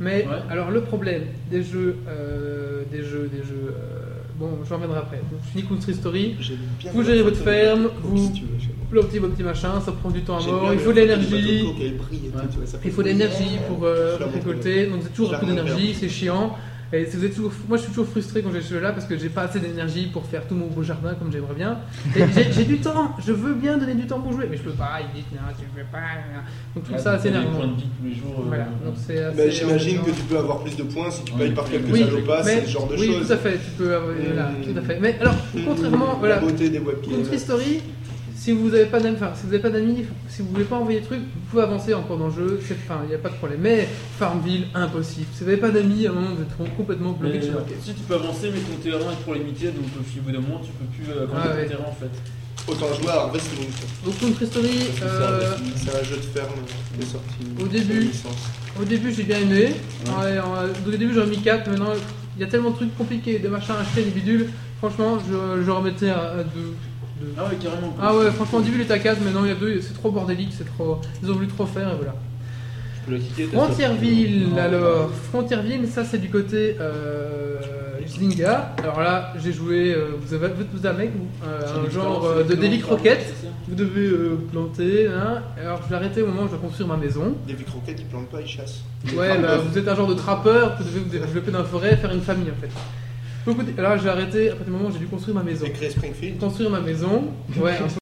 S1: Mais
S2: Ouais.
S1: alors le problème des jeux, euh, des jeux, des jeux. euh, bon, j'en reviendrai après. Donc, je finis Country Story.
S5: J'ai bien
S1: Vous gérez votre ferme,
S5: Coke,
S1: vous
S5: si tu veux, j'aime.
S1: le petit, le petit machin, ça prend du temps à
S5: J'ai
S1: mort.
S5: bien
S1: Il faut de
S5: le- le
S1: l'énergie.
S5: bateau de Coke et le prix et tout,
S2: Ouais.
S5: tu vois, ça fait
S1: Il faut de
S5: plaisir.
S1: l'énergie pour euh,
S5: Je la montre,
S1: récolter. Donc c'est toujours un
S5: Je la
S1: coup
S5: montre,
S1: d'énergie, c'est chiant. Et si vous êtes toujours, moi je suis toujours frustré quand j'ai ce jeu-là parce que j'ai pas assez d'énergie pour faire tout mon beau jardin comme j'aimerais bien. Et j'ai- J'ai du temps, je veux bien donner du temps pour jouer, mais je peux pas. Ils disent non, tu peux pas. Donc tout ça, c'est
S2: des
S1: énervant.
S2: points de vie tous les jours. euh,
S1: Voilà, donc c'est assez.
S5: Mais Bah, j'imagine que
S1: embêtant.
S5: tu peux avoir plus de points si tu
S2: Ouais,
S5: payes par quelques
S1: oui,
S5: salopas,
S1: euh, mais-
S5: c'est ce genre de
S1: Oui, tout à
S5: choses.
S1: fait, tu peux. avoir-
S5: Mmh.
S1: voilà, tout à fait. Mais alors, contrairement,
S5: Mmh,
S1: voilà,
S5: La beauté des webkins.
S1: Country Story, si vous n'avez pas d'amis, enfin, si vous avez pas d'amis, si vous voulez pas envoyer de trucs, vous pouvez avancer encore dans le jeu, c'est enfin, il n'y a pas de problème. Mais Farmville, impossible. Si vous n'avez pas d'amis, à un moment, vous êtes complètement
S2: Mais, euh,
S1: bloqué sur la pièce.
S2: si tu peux avancer, mais ton terrain est trop limité, donc euh, au fil- au bout d'un moment, tu peux plus euh, agrandir
S1: Ah ouais.
S2: ton terrain en fait.
S5: Autant jouer à Harvest Moon.
S1: Donc Country Story,
S5: C'est
S1: euh,
S5: un jeu de ferme euh, de sortie.
S1: Au début.
S5: de licence.
S1: au début j'ai bien aimé. Ouais, en- euh, au début j'aurais mis 4, maintenant il y a tellement de trucs compliqués, des machins à acheter, des bidules. Franchement, je, je remettais à 2.
S2: Ah ouais, carrément. quoi.
S1: Ah ouais, franchement, au début, il était à 4, maintenant il y a 2, c'est trop bordélique, c'est trop. Ils ont voulu trop faire, et voilà.
S2: Tu peux la quitter, t'as
S1: Frontierville,
S2: sorti.
S1: alors. Frontierville, ça, c'est du côté. Euh, Zynga. Alors là, j'ai joué. euh, vous avez vous avez un mec, vous,
S2: Ah,
S1: euh, un genre euh, de Delic Rocket. Vous devez euh, planter, hein. Alors, je l'ai arrêté au moment où je dois construire ma maison.
S5: Des vies croquettes, ils plantent pas, ils chassent.
S1: Ouais, bah, vous êtes un genre de trappeur, vous devez vous développer dans la forêt, faire une famille, en fait. Donc, écoutez, alors, j'ai arrêté, à partir du moment où j'ai dû construire ma maison.
S5: J'ai créé Springfield.
S1: Construire ma maison, ouais, un